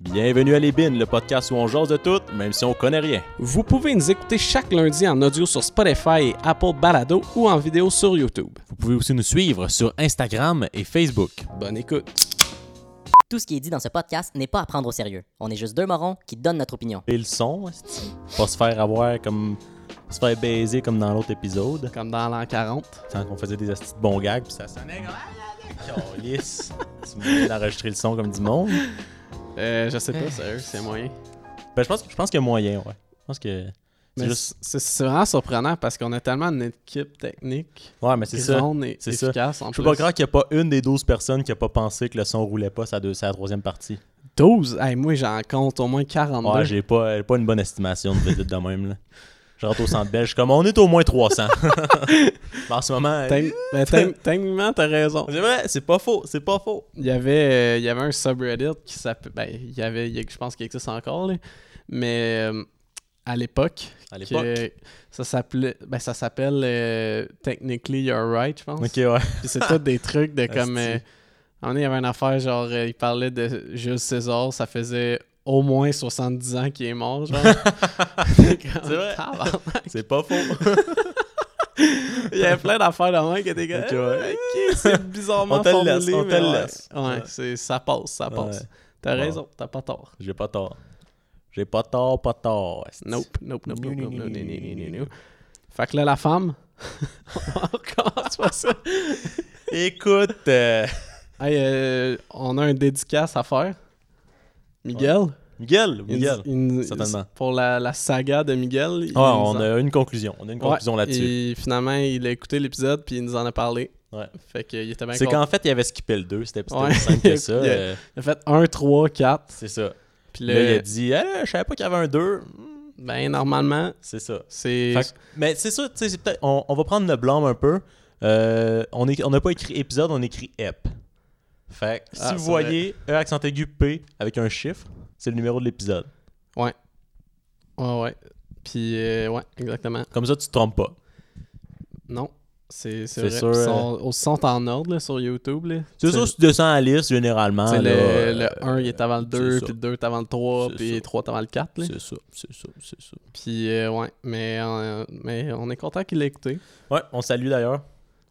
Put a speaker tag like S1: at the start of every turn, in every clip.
S1: Bienvenue à Les Bines, le podcast où on jase de tout, même si on connaît rien.
S2: Vous pouvez nous écouter chaque lundi en audio sur Spotify et Apple Balado ou en vidéo sur YouTube.
S1: Vous pouvez aussi nous suivre sur Instagram et Facebook.
S2: Bonne écoute.
S3: Tout ce qui est dit dans ce podcast n'est pas à prendre au sérieux. On est juste deux morons qui donnent notre opinion.
S1: Et le son, esti. pas se faire avoir comme. pas se faire baiser comme dans l'autre épisode.
S2: Comme dans l'an 40.
S1: Quand on faisait des astis de bons gags, puis ça sonnait comme. Calice. C'est moyen d'enregistrer le son comme du monde.
S2: Euh, je sais pas, sérieux, c'est moyen.
S1: Ben, je pense, que- je pense qu'il y a moyen, ouais. Je pense que.
S2: Mais
S1: C'est juste.
S2: c'est- c'est vraiment surprenant parce qu'on a tellement une équipe technique
S1: Ouais, mais c'est ça.
S2: grande et
S1: c'est ça.
S2: efficace en
S1: Je peux
S2: plus.
S1: pas croire qu'il n'y a pas une des 12 personnes qui a pas pensé que le son roulait pas sa, deux, sa troisième partie.
S2: 12? Hey, moi, j'en compte au moins 42.
S1: Ouais, j'ai pas, j'ai pas une bonne estimation de visite de même. Là. Je rentre au centre belge, je suis comme on est au moins 300. en ce moment, euh,
S2: Techn- ben, techn- Techniquement, t'as raison.
S1: c'est vrai, c'est pas faux, c'est pas faux.
S2: Il y avait, euh, il y avait un subreddit qui s'appelait. Ben, il y avait, il y a- je pense qu'il existe encore, là. mais euh, à l'époque.
S1: À
S2: que-
S1: l'époque.
S2: Ça s'appelait. Ben, ça s'appelle euh, Technically You're Right, je pense.
S1: Ok, ouais.
S2: Puis c'est tout des trucs de comme.
S1: Asti.
S2: euh, à un moment donné, il y avait une affaire, genre, euh, il parlait de Jules César, ça faisait au moins 70 ans qu'il est mort, genre. c'est
S1: vrai. C'est pas faux.
S2: Il y avait plein d'affaires de moi qui étaient comme.
S1: Ok, ouais.
S2: Ok, c'est bizarrement
S1: On te le
S2: formulé,
S1: laisse, on te
S2: mais
S1: le
S2: ouais.
S1: laisse.
S2: Ouais,
S1: Ouais.
S2: c'est- ça passe, ça passe.
S1: Ouais.
S2: T'as
S1: Bon.
S2: raison, t'as pas tort.
S1: J'ai pas tort. J'ai pas tort, pas tort. esti.
S2: Nope, nope, nope, nope,
S1: Non,
S2: nope,
S1: non,
S2: nope,
S1: non,
S2: nope,
S1: non,
S2: nope,
S1: non,
S2: nope,
S1: non.
S2: nope. Fait que là, la femme. on recommence pas ça.
S1: Écoute, euh,
S2: Hey, euh, on a un dédicace à faire. Miguel.
S1: Miguel,
S2: il
S1: Miguel.
S2: nous- il nous-
S1: certainement.
S2: Pour la, la saga de Miguel. il
S1: Ah, on
S2: nous en-
S1: a une conclusion. On a une
S2: Ouais,
S1: conclusion là-dessus.
S2: et finalement, il a écouté l'épisode puis il nous en a parlé.
S1: Ouais.
S2: Fait qu'il était bien
S1: C'est
S2: content.
S1: qu'en fait, il avait skippé le 2. C'était c'était
S2: Ouais.
S1: aussi simple que ça.
S2: Il a-
S1: euh,
S2: Il a fait 1, 3, 4.
S1: c'est ça.
S2: Puis
S1: Là, il
S2: le...
S1: a dit Eh, Je savais pas qu'il y avait un 2.
S2: Ben, normalement,
S1: C'est ça.
S2: c'est.
S1: Fait que- mais c'est ça, tu sais, c'est peut-être. On, on va prendre le blâme un peu. Euh, on est- on n'a pas écrit épisode, on écrit EP. Fait que si
S2: Ah,
S1: vous
S2: c'est
S1: voyez E accent aigu P avec un chiffre, c'est le numéro de l'épisode.
S2: Ouais, ouais. Puis, euh, ouais, exactement.
S1: Comme ça, tu te trompes pas.
S2: Non, c'est
S1: C'est
S2: c'est vrai.
S1: sûr, euh,
S2: Ils sont, ils sont en ordre là, sur YouTube. là.
S1: C'est sûr, si tu descends à la liste, généralement.
S2: c'est
S1: là, euh,
S2: le, 1, il est avant le
S1: c'est
S2: 2,
S1: ça.
S2: puis le 2 est avant le 3,
S1: C'est
S2: puis
S1: ça.
S2: le 3 est avant le 4. là.
S1: C'est ça, c'est ça, c'est ça.
S2: Puis, euh, ouais, mais, euh, mais on est content qu'il l'ait écouté.
S1: Ouais, on salue d'ailleurs.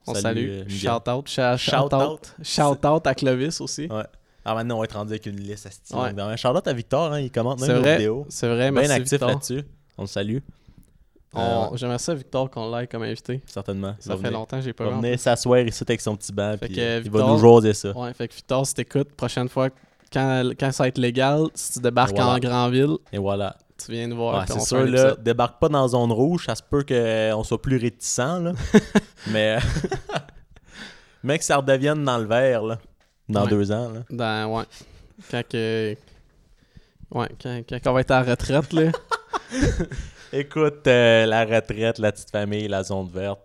S2: On
S1: euh,
S2: salue.
S1: Miguel.
S2: shout out, shout,
S1: Shout out.
S2: out. Shout out à Clovis aussi.
S1: Ouais. Ah, maintenant, on va être rendu avec une liste à style.
S2: Ouais.
S1: Charlotte à Victor, hein, il commente même
S2: C'est
S1: nos
S2: vrai,
S1: vidéos.
S2: c'est vrai,
S1: Bien
S2: merci
S1: actif
S2: Victor.
S1: là-dessus. On le salue,
S2: On-
S1: Euh, ouais.
S2: J'aimerais ça Victor qu'on l'aille comme invité.
S1: certainement. Il
S2: Ça
S1: va
S2: fait
S1: venir.
S2: longtemps que j'ai pas
S1: Il va
S2: vu.
S1: venir s'asseoir ici avec son petit banc,
S2: Fait
S1: puis
S2: que,
S1: euh, il va
S2: Victor-
S1: nous jaser ça.
S2: Ouais, fait que Victor, si t'écoutes, prochaine fois, quand, quand ça va être légal, si tu débarques
S1: Voilà.
S2: en grand ville,
S1: Et voilà.
S2: tu viens nous voir.
S1: Ouais,
S2: puis
S1: c'est
S2: on fait
S1: sûr,
S2: un
S1: là,
S2: épisode.
S1: débarque pas dans zone rouge, ça se peut qu'on soit plus réticent, là. mais, mais que ça redevienne dans le vert, là, dans
S2: Ouais.
S1: deux ans, là.
S2: Ben ouais. Quand que. Ouais, quand, quand on va être en retraite, là.
S1: Écoute, euh, la retraite, la petite famille, la zone verte.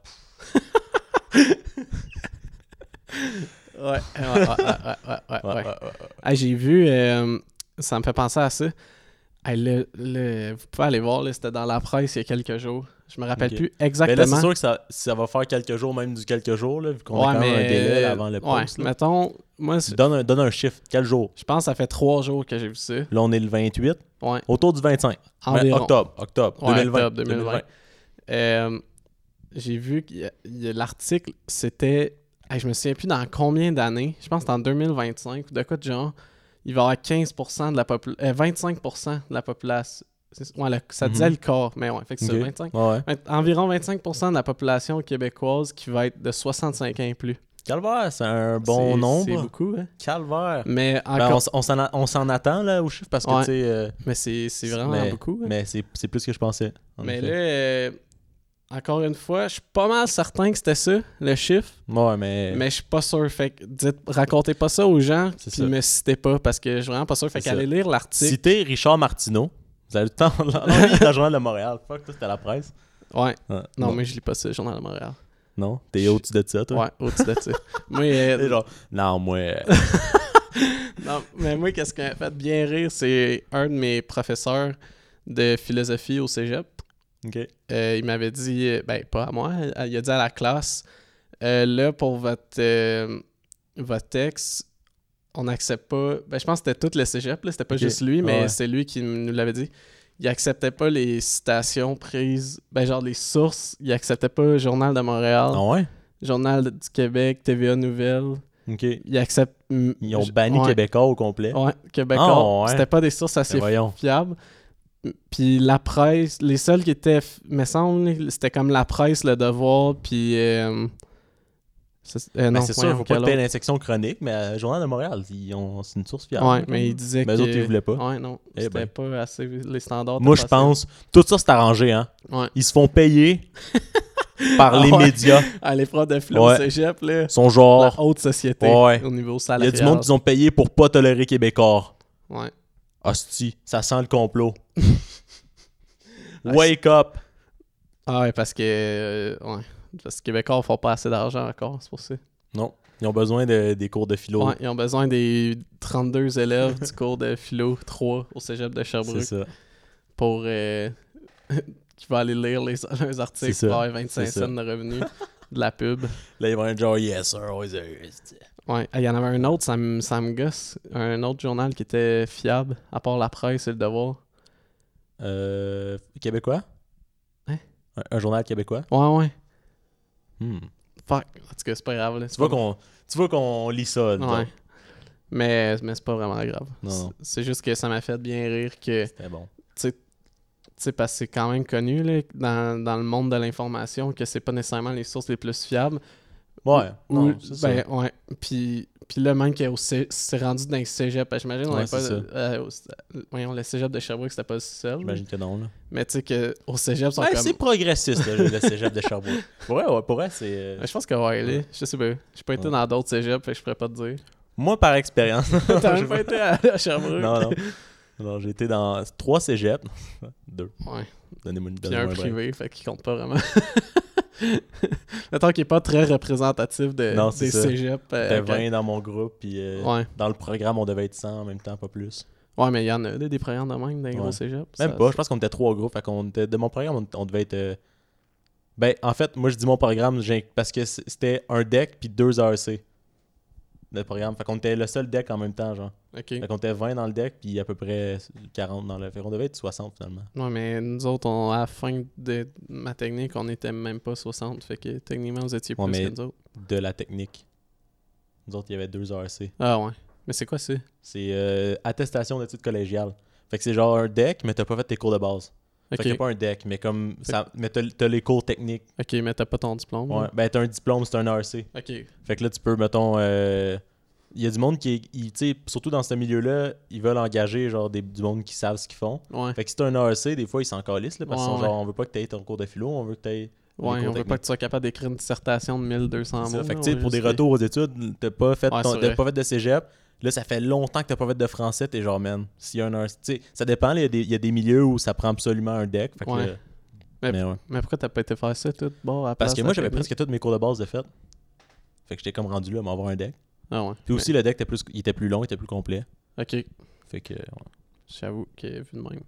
S2: ouais, ouais, ouais, ouais, ouais, ouais,
S1: Ouais,
S2: ouais.
S1: ouais, ouais, ouais.
S2: Hey, j'ai vu, euh, ça me fait penser à ça. Hey, le, le- vous pouvez aller voir, là, c'était dans la presse il y a quelques jours. Je me rappelle
S1: Ok.
S2: plus
S1: Ben là, c'est
S2: exactement.
S1: sûr que ça, ça va faire quelques jours, même du quelques jours, là, vu qu'on a quand même un délai là, avant le
S2: ouais,
S1: post. là.
S2: mettons, moi, c-
S1: Donne, un, donne un chiffre, quel jour?
S2: je pense que ça fait trois jours que j'ai vu ça.
S1: Là, on est le 28,
S2: Ouais,
S1: autour du 25. Ben,
S2: environ.
S1: octobre, octobre,
S2: Ouais,
S1: 2020,
S2: octobre 2020. Euh, j'ai vu que l'article, c'était. Hey, je me souviens plus dans combien d'années. Je pense que c'était en 2025 ou de quoi de genre. Il va y avoir 15% de la euh, population. 25% de la population. c'est- Ouais, le- ça disait
S1: Mhm.
S2: le corps, mais ouais, fait que c'est
S1: Ok.
S2: 25.
S1: Ouais, ouais.
S2: vingt- Environ 25% de la population québécoise qui va être de 65 ans et plus.
S1: Calvaire, c'est un
S2: C'est-
S1: bon
S2: C'est
S1: nombre.
S2: beaucoup, hein?
S1: Calvaire.
S2: Mais
S1: Ben,
S2: encore.
S1: on s- on s'en a- on s'en attend là au chiffre parce que
S2: Ouais.
S1: tu sais, euh,
S2: mais c'est c'est vraiment
S1: mais-
S2: beaucoup. hein.
S1: mais c'est c'est plus que je pensais. en
S2: Mais là,
S1: effet.
S2: euh, encore une fois, je suis pas mal certain que c'était ça, le chiffre.
S1: ouais, mais,
S2: Mais je suis pas sûr. Fait que dites, racontez pas ça aux gens,
S1: C'est
S2: puis
S1: ça.
S2: me citez pas parce que je suis vraiment pas sûr. Fait
S1: C'est
S2: qu'allez lire l'article.
S1: citer Richard Martineau, vous avez le temps de l'envie de la journal de Montréal. Fuck, toi, c'était à la presse.
S2: Ouais.
S1: Ah,
S2: Non, mais je lis pas ça, le Journal de Montréal.
S1: Non, t'es au-dessus de ça, toi.
S2: Ouais, au-dessus de ça. moi,
S1: T'es
S2: euh,
S1: genre, non, moi. euh,
S2: non, mais moi, qu'est-ce qui m'a fait bien rire, c'est un de mes professeurs de philosophie au cégep.
S1: ok.
S2: Euh, il m'avait dit, euh, ben pas à moi, euh, il a dit à la classe, euh, là pour votre, euh, votre texte, on n'accepte pas. Ben, je pense que c'était tout le cégep, là, c'était pas
S1: Ok.
S2: juste lui, mais
S1: Ouais.
S2: c'est lui qui nous l'avait dit. Il acceptait pas les citations prises, ben, genre les sources. Il acceptait pas Journal de Montréal,
S1: Ah ouais?
S2: Journal de- du Québec, TVA Nouvelles.
S1: OK.
S2: Il accepte.
S1: Ils ont banni Québécois au complet.
S2: Ouais, Québec.
S1: Ah, ouais.
S2: C'était pas des sources
S1: Ben
S2: assez
S1: voyons.
S2: fiables. Puis la presse, les seuls qui étaient, f- me semble, c'était comme la presse, le devoir, puis. euh, ça, euh,
S1: Ben,
S2: non,
S1: c'est sûr,
S2: voyons,
S1: il faut pas
S2: quel
S1: de
S2: autre.
S1: peine d'insection chronique, mais euh, Journal de Montréal, ils ont- c'est une source fiable.
S2: Ouais, mais il disait
S1: Mais Ben,
S2: que.
S1: eux autres, ils voulaient pas.
S2: Ouais, non.
S1: Eh
S2: C'était
S1: ben.
S2: pas assez. Les standards.
S1: Moi, je
S2: étaient pas
S1: pense,
S2: assez-
S1: tout ça, c'est arrangé, hein?
S2: Ouais.
S1: Ils se font payer par
S2: Ah
S1: les
S2: ouais.
S1: médias.
S2: À l'épreuve de philo au
S1: Ouais.
S2: cégep, là.
S1: Ils sont genre,
S2: la haute société.
S1: Ouais.
S2: Au niveau
S1: il y
S2: salarial.
S1: a du monde qui ont payé pour pas tolérer Québécois.
S2: Ouais.
S1: Hostie, ça sent le complot.
S2: Ah,
S1: Wake up!
S2: Ah ouais, parce que. euh, ouais. Parce que les Québécois font pas assez d'argent encore, c'est pour ça.
S1: Non, ils ont besoin de- des cours de philo.
S2: Ouais, ils ont besoin des 32 élèves du cours de philo 3 au cégep de
S1: c'est
S2: Sherbrooke
S1: ça.
S2: pour. euh, qui va aller lire les, leurs articles
S1: C'est ça.
S2: pour avoir 25
S1: C'est
S2: cents
S1: ça.
S2: de revenus de la pub.
S1: Là, ils vont être genre, yes, sir, always a-
S2: Ouais, il y en avait un autre, ça me, ça me gosse. Un autre journal qui était fiable, à part la presse et le devoir.
S1: Euh, Québécois?
S2: Hein?
S1: Un, un journal québécois?
S2: Ouais, ouais.
S1: Hmm.
S2: Fuck. En tout cas, c'est pas grave. Là.
S1: Tu vois qu'on tu vois qu'on lit ça. nous
S2: Ouais.
S1: autres.
S2: Mais, mais c'est pas vraiment grave.
S1: Non, non.
S2: C'est- C'est juste que ça m'a fait bien rire que. Tu
S1: C'était bon.
S2: sais, parce que c'est quand même connu là, dans, dans le monde de l'information que c'est pas nécessairement les sources les plus fiables.
S1: Ouais,
S2: Ou-
S1: non,
S2: ou-
S1: c'est ça.
S2: ben, ouais. Puis, puis là, même qu'au cé- c'est rendu dans les cégep, j'imagine, on
S1: Ouais,
S2: avait pas.
S1: c'est
S2: euh, au- voyons, le cégep de Sherbrooke, c'était pas le seul.
S1: J'imagine que non. Là.
S2: Mais tu sais qu'au cégep, ils sont
S1: Ouais,
S2: comme.
S1: C'est progressiste, le, le cégep de Sherbrooke. Ouais, ouais, pour vrai, c'est. euh,
S2: Ouais, je pense que Wiley, je sais pas. J'ai pas été
S1: Ouais.
S2: dans d'autres cégeps, fait que je pourrais pas te dire.
S1: Moi, par expérience.
S2: T'as
S1: Je
S2: même pas
S1: vois-
S2: été à, à Sherbrooke.
S1: Non, non. Non, j'ai été dans trois cégeps. Deux.
S2: Ouais.
S1: Donnez-moi une
S2: Puis un
S1: donnez-moi break.
S2: privé, fait qu'il compte pas vraiment. Mettons qu'il est pas très représentatif de,
S1: Non, c'est
S2: des
S1: ça.
S2: cégeps. euh,
S1: J'étais
S2: quand-
S1: 20 dans mon groupe, puis euh,
S2: Ouais.
S1: dans le programme, on devait être 100 en même temps, pas plus.
S2: ouais, mais il y en a des, des programmes de même dans les gros
S1: Ouais.
S2: cégeps.
S1: Même
S2: ça-
S1: pas, je pense qu'on était trois groupes. Fait qu'on était, de mon programme, on, on devait être. euh, Ben, en fait, moi, je dis mon programme j'ai- parce que c- c'était un deck puis deux AEC. Le programme. Fait qu'on était le seul deck en même temps, genre.
S2: Ok.
S1: Fait qu'on était 20 dans le deck puis à peu près 40 dans le. Fait qu'on devait être 60 finalement.
S2: Ouais, mais nous autres, on- à la fin de ma technique, on était même pas 60. Fait que techniquement, vous étiez plus
S1: Ouais, mais-
S2: que nous autres.
S1: De la technique. Nous autres, il y avait deux AEC.
S2: Ah ouais. Mais c'est quoi ça?
S1: C'est euh, attestation d'études collégiales. Fait que c'est genre un deck, mais t'as pas fait tes cours de base.
S2: Ok,
S1: Fait que t'as pas un deck, mais comme. Ça, mais t'as t'as les cours techniques.
S2: ok, mais t'as pas ton diplôme.
S1: Ouais.
S2: là.
S1: Ben, t'as un diplôme, c'est un AEC.
S2: Ok.
S1: Fait que là, tu peux, mettons, euh, il y a du monde qui, est- il- tu sais, surtout dans ce milieu-là, ils veulent engager genre des, du monde qui savent ce qu'ils font.
S2: Ouais.
S1: Fait que si t'as un AEC, des fois, ils s'en calissent, là, parce qu'ils
S2: Ouais,
S1: sont genre, on veut pas que t'aies ton cours de philo, on veut que t'aies.
S2: Ouais,
S1: cours
S2: on veut pas
S1: techniques.
S2: que tu sois capable d'écrire une dissertation de 1200 mots.
S1: ça. Fait que
S2: là,
S1: tu sais,
S2: on
S1: pour
S2: veut
S1: des
S2: juste-
S1: retours aux études, t'as pas fait,
S2: Ouais,
S1: ton-
S2: c'est
S1: t'as
S2: vrai.
S1: pas fait de cégep. Là, ça fait longtemps que t'as pas fait de français, t'es genre, man, s'il y a un AEC, tu sais, ça dépend, là, il y, a des- il y a des milieux où ça prend absolument un deck. Fait que
S2: Ouais.
S1: là- mais ouais.
S2: Mais pourquoi t'as pas été faire ça tout bon à la
S1: Parce
S2: place
S1: que
S2: de
S1: moi,
S2: la
S1: j'avais
S2: technique?
S1: presque tous mes cours de base de fait. Fait que j'étais comme rendu là, m'avoir un deck.
S2: Ah ouais.
S1: Puis aussi, le deck, était plus, il était plus long, il était plus complet.
S2: Mais- Ok,
S1: Fait que, ouais.
S2: j'avoue que vu de même.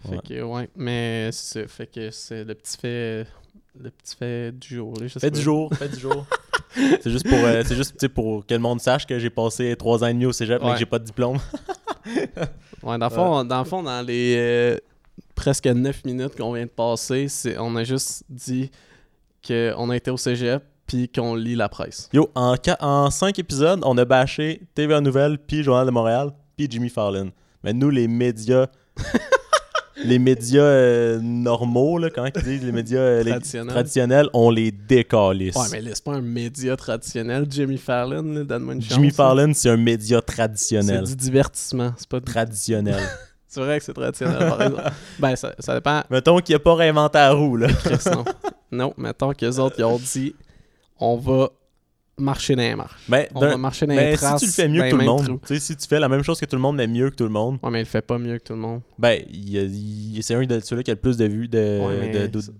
S2: Fait
S1: Ouais.
S2: que ouais, mais c'est ça. Fait que c'est le petit fait le petit fait du jour. là, je sais
S1: Faites du
S2: pas.
S1: jour, faites du jour. c'est juste pour, euh, c'est juste tu sais, pour que le monde sache que j'ai passé trois ans et demi au cégep mais
S2: Ouais.
S1: que j'ai pas de diplôme.
S2: Ouais, dans le fond, dans, le fond, dans les euh, presque 9 minutes qu'on vient de passer, c'est on a juste dit qu'on a été au Cégep puis qu'on lit la presse.
S1: Yo, en, qua- en cinq épisodes, on a bâché TVA Nouvelle, puis Journal de Montréal, puis Jimmy Fallon. Mais nous, les médias, les médias euh, normaux, là, comment ils disent, les médias euh, les-
S2: Traditionnels.
S1: traditionnels, on les décalisse.
S2: Ouais, mais là, c'est pas un média traditionnel. Jimmy Fallon, là, donne-moi une chance.
S1: Jimmy
S2: là.
S1: Fallon, c'est un média
S2: C'est
S1: traditionnel.
S2: du divertissement. C'est pas du
S1: Traditionnel.
S2: C'est vrai que c'est traditionnel, par exemple. Ben, ça, ça dépend.
S1: Mettons qu'il a pas réinventé la roue, là.
S2: Chris, non. Non, mettons qu'eux autres, ils ont dit on va marcher dans les marches.
S1: Mais
S2: On
S1: Ben, d'un-
S2: va marcher dans les
S1: mais si
S2: traces.
S1: tu le fais mieux
S2: dans
S1: que tout
S2: les
S1: le
S2: mêmes
S1: monde,
S2: trous.
S1: tu sais, si tu fais la même chose que tout le monde, mais mieux que tout le monde,
S2: Ouais, mais il le fait pas mieux que tout le monde.
S1: Ben, il y a- il- c'est un de ceux-là qui a le plus de vues de,
S2: Ouais, mais
S1: de, de-
S2: ça-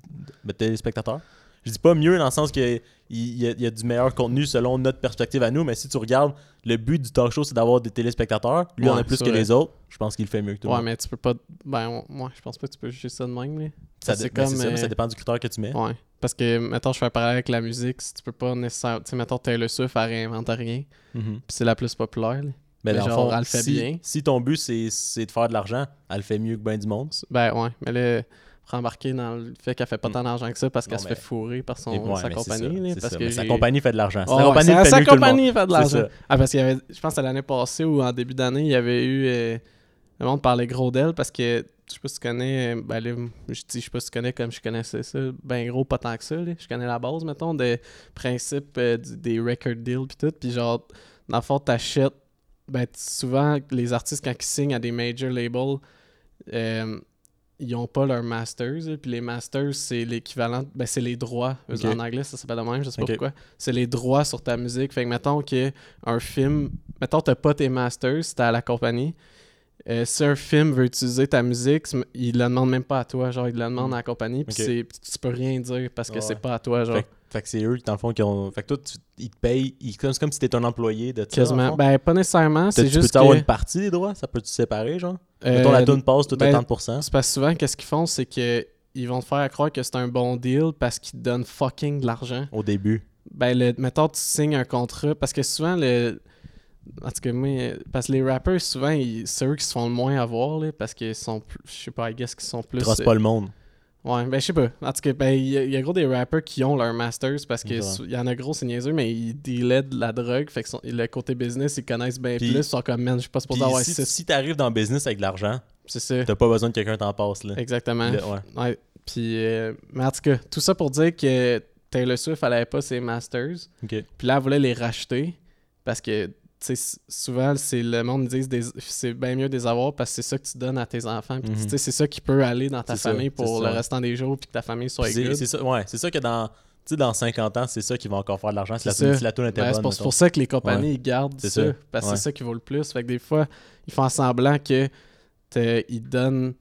S1: de téléspectateurs. Je dis pas mieux dans le sens que il y, a, il y a du meilleur contenu selon notre perspective à nous, mais si tu regardes, le but du talk show, c'est d'avoir des téléspectateurs. Lui,
S2: Ouais,
S1: on a plus
S2: c'est
S1: que
S2: vrai.
S1: les autres. Je pense qu'il le fait mieux que tout le
S2: Ouais,
S1: monde.
S2: mais tu peux pas. Ben, moi, je pense pas que tu peux juger ça de même, là.
S1: Ça,
S2: c'est
S1: dé- ben, c'est
S2: comme,
S1: ça, mais
S2: euh,
S1: ça dépend du critère que tu mets.
S2: Ouais. Parce que, mettons, je fais un parallèle avec la musique, si tu peux pas nécessairement. Tu sais, mettons, Taylor Swift, elle réinvente rien, puis c'est la plus populaire. là.
S1: Mhm. Mais,
S2: Mais
S1: dans le
S2: genre,
S1: fond,
S2: elle le fait
S1: si,
S2: bien.
S1: si ton but c'est c'est de faire de l'argent, elle le fait mieux que ben du monde.
S2: Ben ouais, mais là, faut embarquer dans le fait qu'elle fait pas tant d'argent que ça parce
S1: Mm. Non,
S2: qu'elle se
S1: mais-
S2: fait fourrer par son,
S1: Et ouais, mais
S2: sa
S1: c'est
S2: compagnie.
S1: ça,
S2: là,
S1: c'est
S2: parce
S1: ça.
S2: que
S1: Mais sa
S2: j'ai-
S1: compagnie fait de l'argent.
S2: Oh,
S1: sa
S2: ouais,
S1: compagnie
S2: sa-
S1: fait
S2: sa
S1: mieux que tout le monde.
S2: compagnie fait de
S1: C'est
S2: l'argent.
S1: ça.
S2: Ah, parce qu'il y avait, je pense à l'année passée ou en début d'année, il y avait eu, euh, le monde parlait gros d'elle parce que, je sais pas si tu connais, euh, ben là, je dis, je sais pas si tu connais comme je connaissais ça, ben gros, pas tant que ça, là. je connais la base, mettons, des principes euh, du- des record deals pis tout, pis genre, dans le fond, t'achètes, ben t- souvent, les artistes, quand ils signent à des major labels, euh, ils ont pas leur masters, là, puis les masters, c'est l'équivalent, ben c'est les droits, Eux,
S1: Ok.
S2: en anglais, ça s'appelle de même, je sais pas
S1: Ok.
S2: pourquoi c'est les droits sur ta musique. Fait que mettons que un film, mettons t'as pas tes masters, t'es à la compagnie. Euh, si un film veut utiliser ta musique, c'est- il le demande même pas à toi, genre il le demande à la compagnie, puis
S1: Hmm. Ok.
S2: c'est- puis tu peux rien dire parce que
S1: Ouais.
S2: c'est pas à toi, genre.
S1: Fait, que- fait que c'est eux, dans le fond, qui ont. Fait que toi, tu- ils te payent. ils- comme- C'est comme si t'étais un employé de ça, dans le
S2: Quasiment.
S1: fond.
S2: Ben pas nécessairement,
S1: T'as-
S2: c'est
S1: tu peux
S2: juste que
S1: avoir une partie des droits Ça peut te séparer, genre Mettons, la
S2: euh,
S1: tune passe, tout
S2: ben,
S1: à 30%.
S2: C'est parce que souvent qu'est-ce qu'ils font, c'est que ils vont te faire croire que c'est un bon deal parce qu'ils te donnent fucking de l'argent.
S1: Au début.
S2: Ben, le, mettons, tu signes un contrat. Parce que souvent, le. En tout cas, moi, euh, parce que les rappers, souvent, ils- c'est eux qui se font le moins avoir, là, parce qu'ils sont plus. Je sais pas, I guess qu'ils sont plus.
S1: Trosse
S2: euh,
S1: pas le monde.
S2: Ouais, ben, je sais pas. En tout cas, ben, il y, a- il y a gros des rappers qui ont leur masters, parce que
S1: Ouais.
S2: sou- il y en a gros, c'est niaiseux, mais ils dealaient de la drogue. Fait que son- le côté business, ils connaissent bien
S1: Puis-
S2: plus. Ils sont comme, man, je suis pas supposé
S1: Puis
S2: avoir
S1: si
S2: six.
S1: si t'arrives dans le business avec de l'argent,
S2: C'est ça.
S1: t'as pas besoin que quelqu'un t'en passe, là.
S2: Exactement.
S1: Le- ouais.
S2: Ouais. Puis, euh, mais en tout cas, tout ça pour dire que Taylor Swift, elle avait pas ses masters.
S1: Ok.
S2: Puis là, elle voulait les racheter parce que, tu sais, s- souvent, c'est le monde dit c'est bien mieux de les avoir parce que c'est ça que tu donnes à tes enfants. Puis,
S1: Mhm.
S2: tu sais, c'est ça qui peut aller dans ta
S1: C'est ça,
S2: famille
S1: c'est
S2: pour
S1: ça,
S2: le
S1: ouais.
S2: restant des jours puis que ta famille soit
S1: Puis C'est
S2: good.
S1: c'est ça, ouais. C'est ça que dans. tu sais, dans 50 ans, c'est ça qui va encore faire de l'argent. Si la
S2: C'est
S1: tune-
S2: ça.
S1: si la tune était
S2: Ben, c'est
S1: bonne.
S2: pour, c'est
S1: mettons.
S2: pour ça que les compagnies ils gardent ça,
S1: C'est ça,
S2: parce que
S1: ouais.
S2: c'est ça qui vaut le plus. Fait que des fois, ils font semblant que te- ils te donnent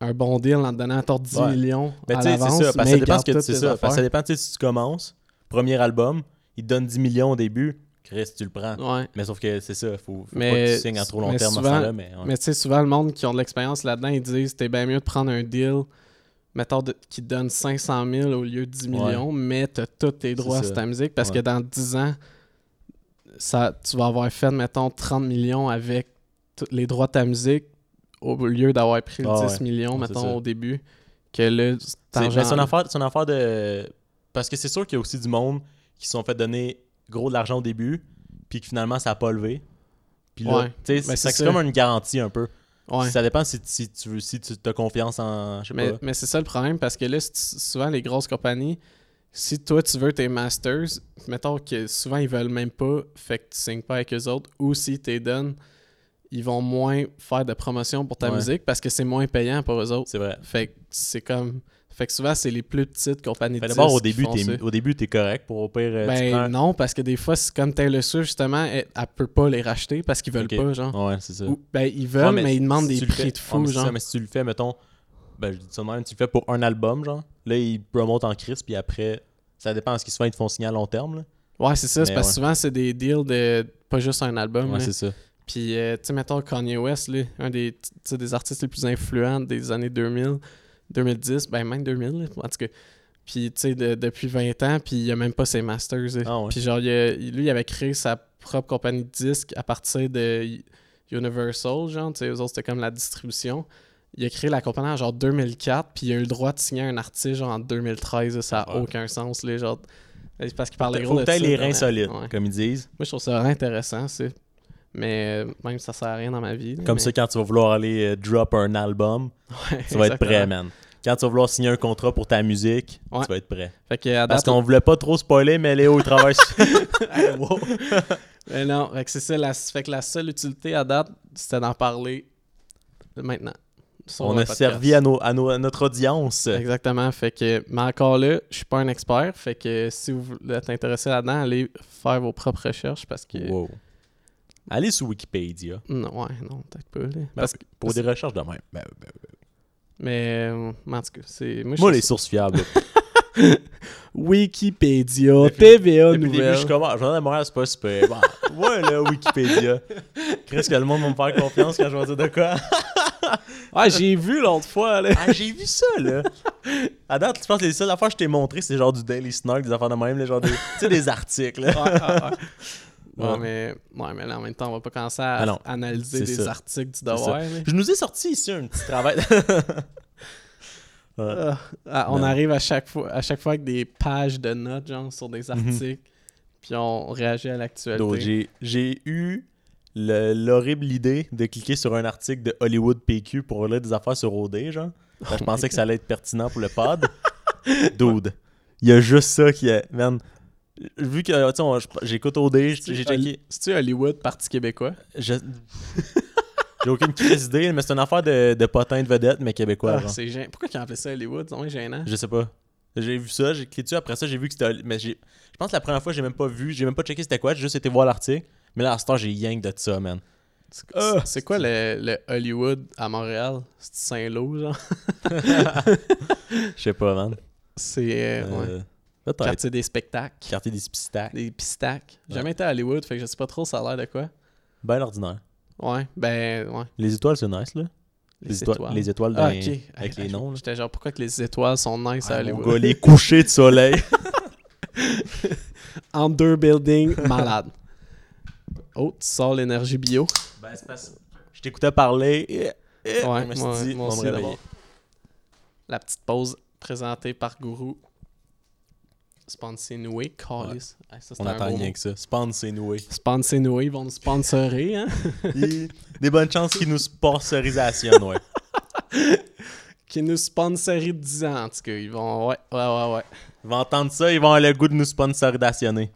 S2: un bon deal en te donnant encore 10
S1: Ouais.
S2: millions
S1: Mais Ben,
S2: à
S1: tu sais, c'est
S2: l'avance,
S1: ça. Parce que
S2: mais
S1: ça
S2: ils
S1: dépend ce
S2: gardent
S1: que
S2: toutes
S1: c'est
S2: tes
S1: ça. Parce que ça
S2: affaires.
S1: dépend, tu sais, si tu commences, premier album, ils te donnent 10 millions au début, Chris, tu le prends.
S2: Ouais.
S1: Mais sauf que c'est ça, faut, faut pas
S2: Mais-
S1: que tu signes à trop long
S2: mais
S1: terme
S2: souvent-
S1: à ça, là, mais, ouais.
S2: Mais tu sais, souvent, le monde qui ont de l'expérience là-dedans, ils disent t'es bien mieux de prendre un deal, mettons, de- qui te donne 500 000 au lieu de 10 millions, mais t'as tous tes droits
S1: ça.
S2: sur ta musique parce que
S1: Ouais.
S2: dans 10 ans, ça, tu vas avoir fait, mettons, 30 millions avec tous les droits de ta musique au lieu d'avoir pris le
S1: Ah
S2: 10
S1: ouais.
S2: millions,
S1: Ouais, c'est
S2: mettons,
S1: ça.
S2: au début. Que là, cet
S1: C'est- mais
S2: argent-
S1: c'est une affaire, c'est une affaire de. Parce que c'est sûr qu'il y a aussi du monde qui se sont fait donner gros de l'argent au début, puis que finalement ça a pas levé. Puis là,
S2: Ouais.
S1: tu sais,
S2: Mais
S1: c'est
S2: c'est
S1: c'est
S2: ça.
S1: comme une garantie un peu.
S2: Ouais.
S1: Ça dépend si, si tu veux, si tu as confiance en. Je sais
S2: Mais,
S1: pas.
S2: mais c'est ça le problème parce que là, c'est- souvent, les grosses compagnies, si toi tu veux tes masters, mettons que souvent ils veulent même pas, fait que tu signes pas avec eux autres, ou si t'es donnes, ils vont moins faire de promotion pour ta
S1: Ouais.
S2: musique parce que c'est moins payant pour eux autres.
S1: C'est vrai.
S2: Fait que c'est comme. Fait que souvent, c'est les plus petites compagnies
S1: Fait
S2: de
S1: d'abord, au
S2: disques qui
S1: début,
S2: font ça.
S1: t'es, au début, t'es correct pour au pire. euh, tu
S2: Ben
S1: prends-
S2: non, parce que des fois, c'est comme Taylor Swift, justement, elle, elle peut pas les racheter parce qu'ils veulent
S1: Ok.
S2: pas, genre.
S1: Ouais, c'est ça.
S2: Ou- ben ils
S1: Ouais,
S2: veulent, mais, ils demandent
S1: si
S2: des
S1: tu le
S2: prix
S1: fais-
S2: de
S1: ouais,
S2: fou,
S1: mais c'est
S2: genre.
S1: ça, mais si tu le fais, mettons, ben je dis ça de même, tu le fais pour un album, genre, là, ils promotent en crise, puis après, ça dépend, est-ce qu'ils se font, ils te font signer à long terme, là.
S2: Ouais, c'est ça, c'est
S1: Mais
S2: parce que
S1: ouais.
S2: souvent, c'est des deals de pas juste un album.
S1: Ouais,
S2: là.
S1: c'est ça.
S2: Puis, euh, tu sais, mettons Kanye West, là, un des, tu sais, des artistes les plus influents des années 2000, 2010, ben même 2000, là, en tout cas. Puis, tu sais, de- depuis 20 ans, puis il a même pas ses masters. là.
S1: Ah ouais.
S2: Puis, genre, il a- il- lui, il avait créé sa propre compagnie de disques à partir de U- Universal, genre, tu sais, eux autres, c'était comme la distribution. Il a créé la compagnie en genre 2004, puis il a eu le droit de signer un artiste genre en 2013, là, ça a
S1: Ouais.
S2: aucun sens, là, genre. C'est parce qu'il parlait
S1: Faut
S2: gros
S1: que
S2: de
S1: t'aies
S2: ça,
S1: les reins
S2: quand même.
S1: solides,
S2: Ouais.
S1: comme ils disent.
S2: Moi, je trouve ça vraiment intéressant, c'est. Mais euh, même ça sert à rien dans ma vie. là,
S1: Comme
S2: mais-
S1: ça, quand tu vas vouloir aller euh, drop un album,
S2: Ouais,
S1: tu vas être prêt,
S2: exactement.
S1: man. Quand tu vas vouloir signer un contrat pour ta musique,
S2: Ouais.
S1: tu vas être prêt.
S2: Fait que, à
S1: Parce
S2: date,
S1: qu'on voulait pas trop spoiler, mais Léo, il travaille sur- Hey, wow.
S2: euh, non, fait que c'est ça. La... Fait que la seule utilité à date, c'était d'en parler maintenant. sur
S1: On
S2: le
S1: a
S2: podcast.
S1: servi à, nos, à, nos- à notre audience.
S2: Exactement. Fait que, mais encore là, je suis pas un expert. Fait que si vous voulez être intéressé là-dedans, allez faire vos propres recherches parce que.
S1: Wow. Allez sur Wikipédia Ben,
S2: Non, ouais, non, peut-être pas. là. Parce que-
S1: pour des recherches de même. Ben, ben,
S2: Mais, euh, mais en tout cas, c'est. Moi, je
S1: Moi,
S2: trouve
S1: les sources fiables.
S2: ça- Wikipédia,
S1: Depuis-
S2: TVA
S1: Depuis le début, je suis
S2: Nouvelles.
S1: comme, ah, Journal de Montréal, c'est pas super. Bon, ouais, là, Wikipédia. Qu'est-ce que le monde va me faire confiance quand je vais dire de quoi?
S2: Ouais, j'ai vu l'autre fois, là.
S1: Ah, j'ai vu ça, là. À date, je pense que les seules affaires que je t'ai montrées, c'est genre du Daily Snark, des affaires de même, là, genre des, tu sais, des articles. là.
S2: Ouais, ouais, ouais.
S1: Ouais.
S2: Ouais, mais, ouais, mais là, en même temps, on va pas commencer à
S1: Ah non,
S2: analyser
S1: c'est
S2: des
S1: ça.
S2: articles du
S1: ça.
S2: devoir. là.
S1: Je nous ai sorti ici un petit travail. Ouais.
S2: Ah, ah, on
S1: Non.
S2: arrive à chaque, fois, à chaque fois avec des pages de notes, genre, sur des articles, puis on réagit à
S1: Donc,
S2: l'actualité.
S1: j'ai, j'ai eu le- l'horrible idée de cliquer sur un article de Hollywood PQ pour lire des affaires sur OD, genre. Là, je pensais que ça allait être pertinent pour le pod. Dude, il y a juste ça qui est. Man, vu que tu sais, on- je- j'écoute OD, j'ai j'ai checké.
S2: C'est-tu Hollywood, Parti québécois?
S1: je- J'ai aucune crise d'idée, mais c'est une affaire de, de potin de vedette, mais québécois.
S2: Ah,
S1: genre.
S2: c'est gênant. Pourquoi ils ont appelé ça Hollywood? C'est vraiment gênant.
S1: Je sais pas. J'ai vu ça, j'ai cliqué dessus. Après ça, j'ai vu que c'était. Mais j'ai- je pense que la première fois, j'ai même pas vu, j'ai même pas checké c'était quoi, j'ai juste été voir l'article. Mais là, à ce temps, j'ai yank de ça, man.
S2: C'est-
S1: Ah!
S2: C'est c'est quoi le, le Hollywood à Montréal? C'est Saint-Lô, genre?
S1: Je sais pas, man.
S2: C'est... euh, ouais.
S1: Euh, Peut-être.
S2: Quartier des spectacles.
S1: Quartier des Spistacs.
S2: Des pistacs. J'ai
S1: Ouais.
S2: Jamais été à Hollywood, fait que je sais pas trop ça a l'air de quoi.
S1: Ben ordinaire.
S2: Ouais, ben, ouais.
S1: Les étoiles, c'est nice, là.
S2: Les,
S1: étoiles. Les étoiles dans
S2: Ah,
S1: les-
S2: ok.
S1: Ben, avec
S2: Hey,
S1: les noms, là.
S2: J'étais genre, pourquoi que les étoiles sont nice à
S1: Ah, mon gars,
S2: Hollywood?
S1: les couchers de soleil.
S2: En deux buildings, malade. Oh, tu sors l'énergie bio.
S1: ben, c'est pas ça. Je t'écoutais parler. et- et
S2: Ouais,
S1: je me suis
S2: moi-
S1: dit,
S2: moi
S1: on va
S2: aussi,
S1: me réveiller.
S2: d'abord. La petite pause présentée par Guru. Sponsor Noué, Callis. Hey, ça, c'est
S1: On
S2: un
S1: attend
S2: beau
S1: rien
S2: mot.
S1: que ça. Spawn, c'est noué.
S2: Sponsor Noué, ils vont nous sponsorer, hein?
S1: Hi. Des bonnes chances qu'ils nous sponsorisationnent, ouais.
S2: Qui nous sponsorisent 10 ans, en tout cas. Ils vont, ouais, ouais, ouais, ouais.
S1: Ils vont entendre ça, ils vont avoir le goût de nous sponsorisationner.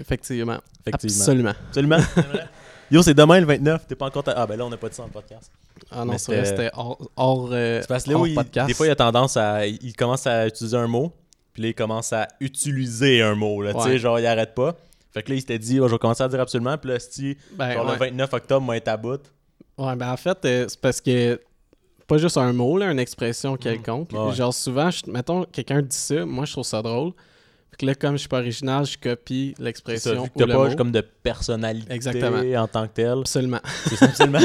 S2: Effectivement.
S1: Effectivement.
S2: Absolument.
S1: Absolument. Yo, c'est demain le 29. T'es pas encore. ta- Ah, ben là, on n'a pas dit ça en podcast.
S2: Ah non,
S1: Mais
S2: c'est vrai,
S1: c'était-
S2: c'était hors, hors, euh,
S1: C'est parce que
S2: hors
S1: Léo, il-
S2: podcast.
S1: des fois, il a tendance à. Il commence à utiliser un mot, puis là, il commence à utiliser un mot. Là, Tu sais,
S2: Ouais.
S1: genre, il arrête pas. Fait que là, il s'était dit, oh, je vais commencer à dire absolument, puis là, si,
S2: Ben,
S1: genre, le
S2: ouais.
S1: 29 octobre, moi, est à bout.
S2: Ouais, ben en fait, euh, c'est parce que pas juste un mot, là, une expression quelconque.
S1: Mm. Ouais, ouais.
S2: Genre souvent, je- mettons, quelqu'un dit ça, moi je trouve ça drôle. Puis que là, comme je suis pas original, je copie
S1: C'est ça,
S2: l'expression
S1: vu
S2: ou
S1: que t'as
S2: le
S1: pas
S2: mot.
S1: comme de personnalité
S2: Exactement.
S1: en tant que tel.
S2: Absolument.
S1: C'est ça, absolument.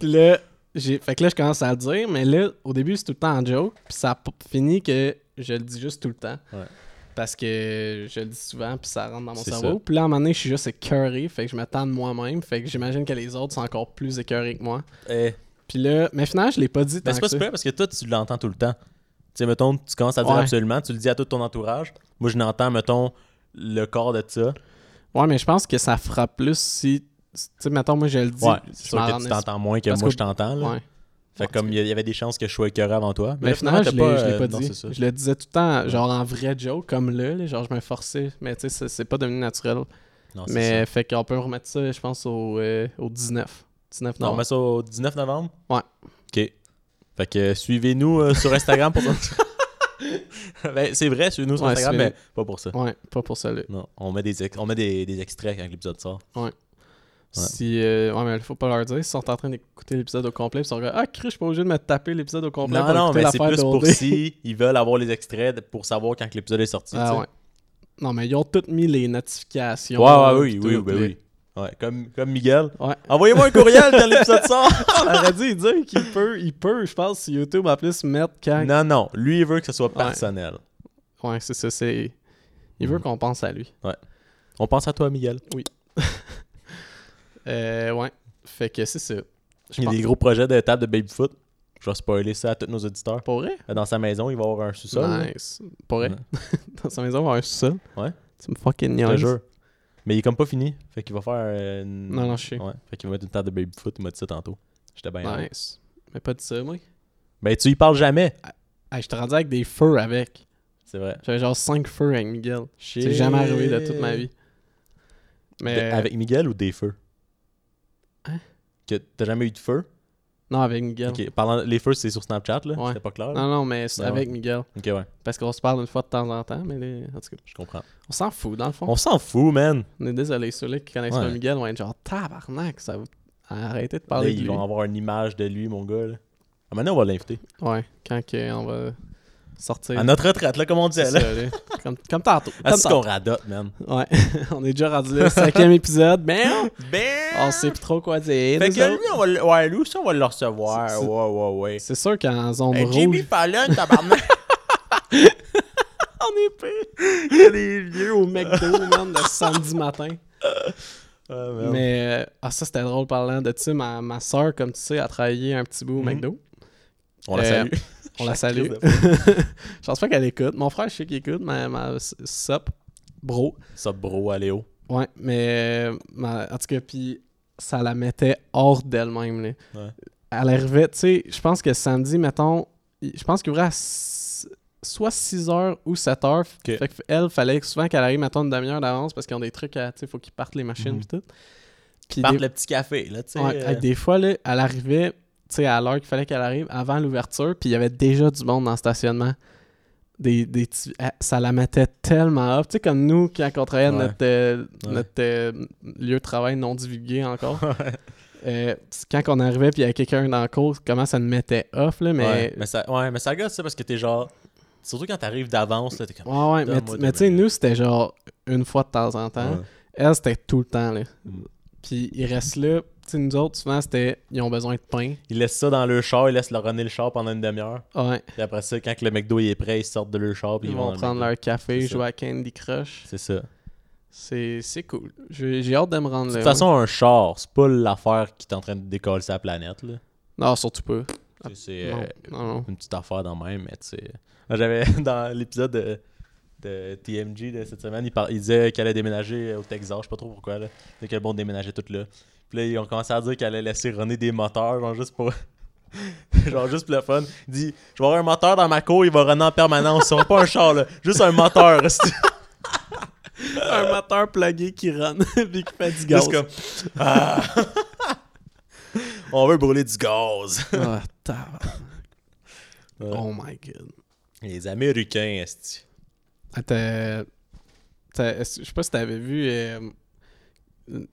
S2: Puis là, j'ai... fait que là, je commence à le dire, mais là, au début, c'est tout le temps en joke. Puis ça a p- fini que je le dis juste tout le temps.
S1: Ouais.
S2: Parce que je le dis souvent, puis ça rentre dans mon
S1: C'est
S2: cerveau.
S1: ça.
S2: Puis là, à un moment donné, je suis juste écœuré, fait que je m'attends de moi-même. Fait que j'imagine que les autres sont encore plus écœurés que moi.
S1: Eh,
S2: Puis là, mais finalement, je l'ai pas dit
S1: mais
S2: tant
S1: Ben, c'est
S2: que
S1: pas
S2: ça.
S1: super parce que toi, tu l'entends tout le temps. Tu sais, mettons, tu commences à dire
S2: Ouais.
S1: absolument, tu le dis à tout ton entourage. Moi, je n'entends, mettons, le corps de ça.
S2: Ouais, mais je pense que ça frappe plus si. Tu sais, mettons, moi, je le dis.
S1: Ouais, c'est
S2: je
S1: sûr
S2: m'en
S1: que
S2: rends-
S1: tu t'entends moins que
S2: parce
S1: moi,
S2: qu'au-
S1: je t'entends. là.
S2: Ouais.
S1: Fait que comme il y a- il y avait des chances que je sois écœuré avant toi.
S2: Mais
S1: là,
S2: finalement,
S1: t'as
S2: je l'ai je l'ai
S1: euh,
S2: pas
S1: non,
S2: dit.
S1: c'est ça.
S2: Je le disais tout le temps, genre en vrai Joe, comme là, là, genre je me forçais. Mais tu sais, c'est- c'est pas devenu naturel.
S1: Non, Ah, c'est
S2: mais
S1: ça.
S2: fait qu'on peut remettre ça, je pense, au, euh, au 19. 19
S1: Non, on
S2: novembre.
S1: met ça au 19 novembre?
S2: Ouais.
S1: OK. Fait que euh, suivez-nous euh, sur Instagram pour ça. ben, c'est vrai, suivez-nous sur
S2: Ouais,
S1: Instagram, mais
S2: suivez-nous.
S1: pas pour ça.
S2: Ouais, pas pour ça, là.
S1: Non, on met des, ex- on met des, des extraits quand l'épisode sort.
S2: Si, euh, ouais, mais faut pas leur dire. Ils sont en train d'écouter l'épisode au complet, puis ils sont comme, ah, cru, je suis pas obligé de me taper l'épisode au complet.
S1: Non,
S2: pour
S1: non,
S2: écouter
S1: mais c'est
S2: l'affaire
S1: plus pour
S2: d'OD.
S1: si ils veulent avoir les extraits de- pour savoir quand que l'épisode est sorti. tu
S2: Ah,
S1: sais.
S2: ouais. Non, mais ils ont toutes mis les notifications.
S1: ouais, ouais, oui,
S2: puis
S1: oui,
S2: tout,
S1: ben
S2: là.
S1: oui. Ouais, comme, comme Miguel.
S2: Ouais.
S1: Envoyez-moi un courriel quand l'épisode sort!
S2: On aurait dû dire qu'il peut, il peut, je pense, sur YouTube en plus mettre quand.
S1: non, non, lui, il veut que ce soit
S2: Ouais.
S1: personnel.
S2: Ouais, c'est ça, c'est. Il
S1: Mm.
S2: veut qu'on pense à lui.
S1: On pense à toi, Miguel.
S2: Euh, ouais. Fait que c'est ça. Je
S1: Il y a
S2: pense.
S1: des gros projets de table de babyfoot. Je vais spoiler ça à tous nos auditeurs.
S2: Pour vrai?
S1: Dans sa maison, il va avoir un sous-sol. là.
S2: nice. Pour vrai?
S1: Ouais.
S2: Dans sa maison, on va avoir un sous-sol.
S1: Ouais.
S2: Tu me fucking
S1: Je te
S2: niaises.
S1: jure. Mais il est comme pas fini. Fait qu'il va faire euh, une...
S2: Non, non, je sais.
S1: Ouais. Fait qu'il va mettre une table de babyfoot. Il m'a dit ça tantôt. J'étais bien heureux.
S2: Nice. Mais pas de ça, moi.
S1: Ben, tu y parles jamais.
S2: Hey, je te rendu avec des feux avec.
S1: C'est vrai.
S2: J'avais genre 5 feux avec Miguel.
S1: Shit.
S2: C'est jamais arrivé de toute ma vie. Mais.
S1: De- Avec Miguel ou des feux
S2: Hein?
S1: Que t'as jamais eu de feu
S2: Non, avec Miguel.
S1: Ok. Parlant... Les feux, c'est sur Snapchat, là.
S2: Ouais.
S1: C'était pas clair. là?
S2: Non, non, mais c'est
S1: Ah ouais.
S2: avec Miguel.
S1: Ok, ouais.
S2: Parce qu'on se parle une fois de temps en temps, mais les- en tout cas,
S1: Je comprends.
S2: on s'en fout dans le fond.
S1: On s'en fout, man.
S2: On est désolé, ceux-là qui connaissent pas
S1: Ouais.
S2: Miguel vont être genre tabarnak, ça vous... arrêtez de
S1: Là,
S2: parler de
S1: ils
S2: lui.
S1: vont avoir une image de lui, mon gars. là. Ah, maintenant, on va l'inviter.
S2: Ouais, quand que on va sortir.
S1: À notre retraite, là, comme on
S2: C'est
S1: disait. Ah Là.
S2: ça, là. Comme, comme tantôt.
S1: Ah,
S2: Comme
S1: c'est ce qu'on
S2: tantôt.
S1: radote, man.
S2: Ouais. on est déjà rendu là, au cinquième épisode, mais on-
S1: Ben!
S2: on sait plus trop quoi dire.
S1: Fait
S2: Ah, nous
S1: que lui,
S2: autres.
S1: on va le... ouais, lui aussi, on va le recevoir.
S2: C'est- c'est-
S1: Ouais, ouais, ouais.
S2: C'est sûr qu'en zone
S1: Hey, Jimmy
S2: rouge.
S1: Fallon, tabarnak!
S2: On est pire! Les vieux au McDo, man, le samedi matin.
S1: Ah, merde.
S2: Mais, euh, ah, ça c'était drôle parlant de ça. Ma, ma soeur, comme tu sais, a travaillé un petit bout au
S1: Mhm.
S2: McDo.
S1: On la
S2: Euh,
S1: salue.
S2: On la
S1: Chaque
S2: salue.
S1: crise de-
S2: Je pense pas qu'elle écoute. Mon frère, je sais qu'il écoute, ma, ma s- sop, bro.
S1: Ça, bro, allez oh. haut.
S2: Ouais, mais euh, ma- en tout cas, puis ça la mettait hors d'elle-même. là.
S1: Ouais.
S2: Elle arrivait, tu sais, je pense que samedi, mettons, il- je pense qu'il ouvrait à s- soit 6h ou 7h.
S1: Ok.
S2: Fait qu'elle, fallait que souvent qu'elle arrive, mettons, une demi-heure d'avance parce qu'ils ont des trucs à, tu sais, faut qu'ils partent les machines
S1: Mhm.
S2: pis tout. Puis
S1: Parle
S2: des-
S1: le petit café, là, tu sais.
S2: Ouais,
S1: euh,
S2: hey, des fois, là, elle arrivait tu sais, à l'heure qu'il fallait qu'elle arrive, avant l'ouverture, puis il y avait déjà du monde dans le stationnement. Des, des petits- eh, ça la mettait tellement up. Tu sais, comme nous, quand on travaillait à
S1: Ouais.
S2: notre, euh,
S1: Ouais.
S2: notre euh, lieu de travail non divulgué encore, euh, quand on arrivait puis il y avait quelqu'un dans la course, comment ça nous mettait off, là, mais...
S1: Ouais, mais ça, ouais, mais ça gosse, ça, parce que t'es genre. Surtout quand t'arrives d'avance, là, t'es comme.
S2: Ouais, ouais, mais,
S1: Donne-moi
S2: tu- mais
S1: deux
S2: tu sais,
S1: minutes.
S2: nous, c'était genre une fois de temps en temps.
S1: Ouais.
S2: Elle, c'était tout le temps, là.
S1: Mm.
S2: Puis ils restent là. Tu sais, nous autres, souvent, c'était... Ils ont besoin de pain.
S1: Ils laissent ça dans leur char, ils laissent leur runner le char pendant une demi-heure.
S2: Ouais.
S1: Puis après ça, quand que le McDo il est prêt, ils sortent de leur char. Puis
S2: Ils,
S1: ils,
S2: vont
S1: dans le
S2: prendre
S1: McDo.
S2: leur café,
S1: C'est ça.
S2: jouer à Candy Crush.
S1: C'est ça. De
S2: C'est c'est cool. J'ai j'ai hâte de me rendre là.
S1: toute
S2: moi.
S1: façon, un char, c'est pas l'affaire qui est en train de décoller sa planète, là.
S2: Non, surtout pas.
S1: Tu sais, C'est
S2: Non,
S1: euh,
S2: non, non.
S1: une petite affaire dans le même, mais tu sais. Moi, J'avais dans l'épisode de, de TMG de cette semaine, il, par- il disait qu'elle allait déménager euh, au Texas, je sais pas trop pourquoi, là. C'est que bon, déménageait tout là. Puis là, ils ont commencé à dire qu'elle allait laisser runner des moteurs, genre juste pour. genre juste pour le fun. Il dit Je vais avoir un moteur dans ma cour, il va runner en permanence. Ce sera pas un char, là. Juste un moteur. c'est-
S2: Un moteur plugué qui run puis qui fait du
S1: Juste comme. Ah. On veut brûler du gaz.
S2: Ah, tabarnak.
S1: Ouais.
S2: Oh my god.
S1: Les Américains, est
S2: Ah, t'as- t'as- est-ce- Je sais pas si t'avais vu. euh, euh,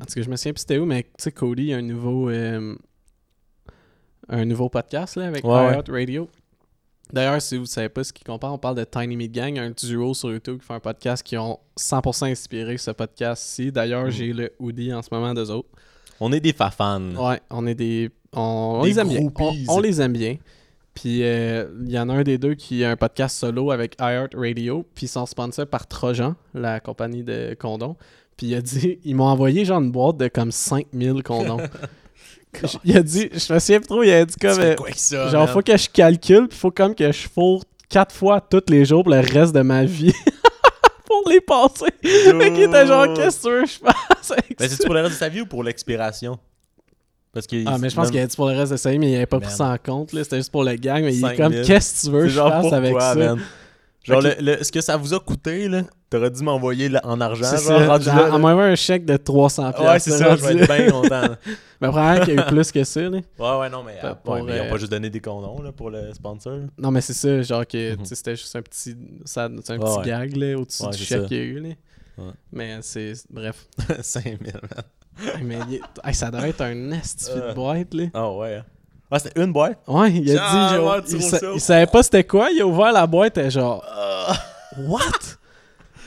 S2: En tout cas, je me souviens plus c'était où, mais tu sais, Cody, il y a un nouveau. euh, Un nouveau podcast là, avec
S1: Ouais, ouais.
S2: iHeart Radio. D'ailleurs, si vous savez pas ce qu'ils comparent, on parle de Tiny Meat Gang, un duo sur YouTube qui fait un podcast qui ont 100% inspiré ce podcast-ci. D'ailleurs,
S1: Mm.
S2: j'ai le hoodie en ce moment d'eux autres.
S1: On est des fafans.
S2: Ouais, on est des. On, on
S1: Des
S2: les aime bien. On,
S1: groupies.
S2: on les aime bien. Puis euh, il y en a un des deux qui a un podcast solo avec iHeart Radio. Puis ils sont sponsors par Trojan, la compagnie de condoms. Puis il a dit ils m'ont envoyé genre une boîte de comme 5000 condoms. Je- il a dit je me souviens plus trop, il a dit
S1: Tu
S2: comme.
S1: fais
S2: euh,
S1: quoi avec ça,
S2: genre,
S1: man?
S2: faut que je calcule. Puis faut comme que je fourre 4 fois tous les jours pour le reste de ma vie. pour les passer. Fait qu'il était genre qu'est-ce que tu veux que je fasse avec
S1: Mais
S2: ça?
S1: Ben, c'est pour le reste de sa vie ou pour l'expiration Parce que
S2: Ah, mais je pense qu'il a dit pour le reste de sa vie, mais il avait pas pris
S1: Merde.
S2: ça en compte. là. C'était juste pour le gang. Mais il
S1: 5 000.
S2: est comme, qu'est-ce que tu veux que je
S1: genre
S2: fasse avec
S1: pourquoi,
S2: ça?
S1: man? Genre
S2: Fait
S1: le, le- ce que ça vous a coûté là, t'aurais dû m'envoyer là- en argent,
S2: C'est
S1: genre,
S2: ça.
S1: rendu
S2: Genre,
S1: là, là.
S2: envoie-moi un chèque de 300
S1: Ouais, c'est ça, je vais être bien content. là.
S2: Mais probablement qu'il y a eu plus que ça. Là.
S1: Ouais, ouais, non, mais,
S2: Pas
S1: ah,
S2: pour,
S1: ouais, mais ils
S2: euh,
S1: ont pas juste donné des condoms là, pour le sponsor. là.
S2: Non, mais c'est ça. Genre que
S1: Mhm.
S2: tu sais, c'était juste un petit, ça, c'est un
S1: Ouais,
S2: petit
S1: ouais.
S2: gag là, au-dessus
S1: Ouais,
S2: du
S1: c'est
S2: chèque
S1: ça.
S2: qu'il y a eu. Là.
S1: Ouais.
S2: Mais c'est. Bref.
S1: 5000, man.
S2: Hey, mais il est- hey, ça devait être un esti de
S1: Euh.
S2: boîte. Là.
S1: Ah ouais. hein. Ah, c'était une boîte
S2: Ouais, il a
S1: Genre,
S2: dit. Genre,
S1: ouais, tu
S2: il,
S1: roules
S2: sa-
S1: ça.
S2: il savait pas c'était quoi. Il a ouvert la boîte et genre.
S1: Ah.
S2: What?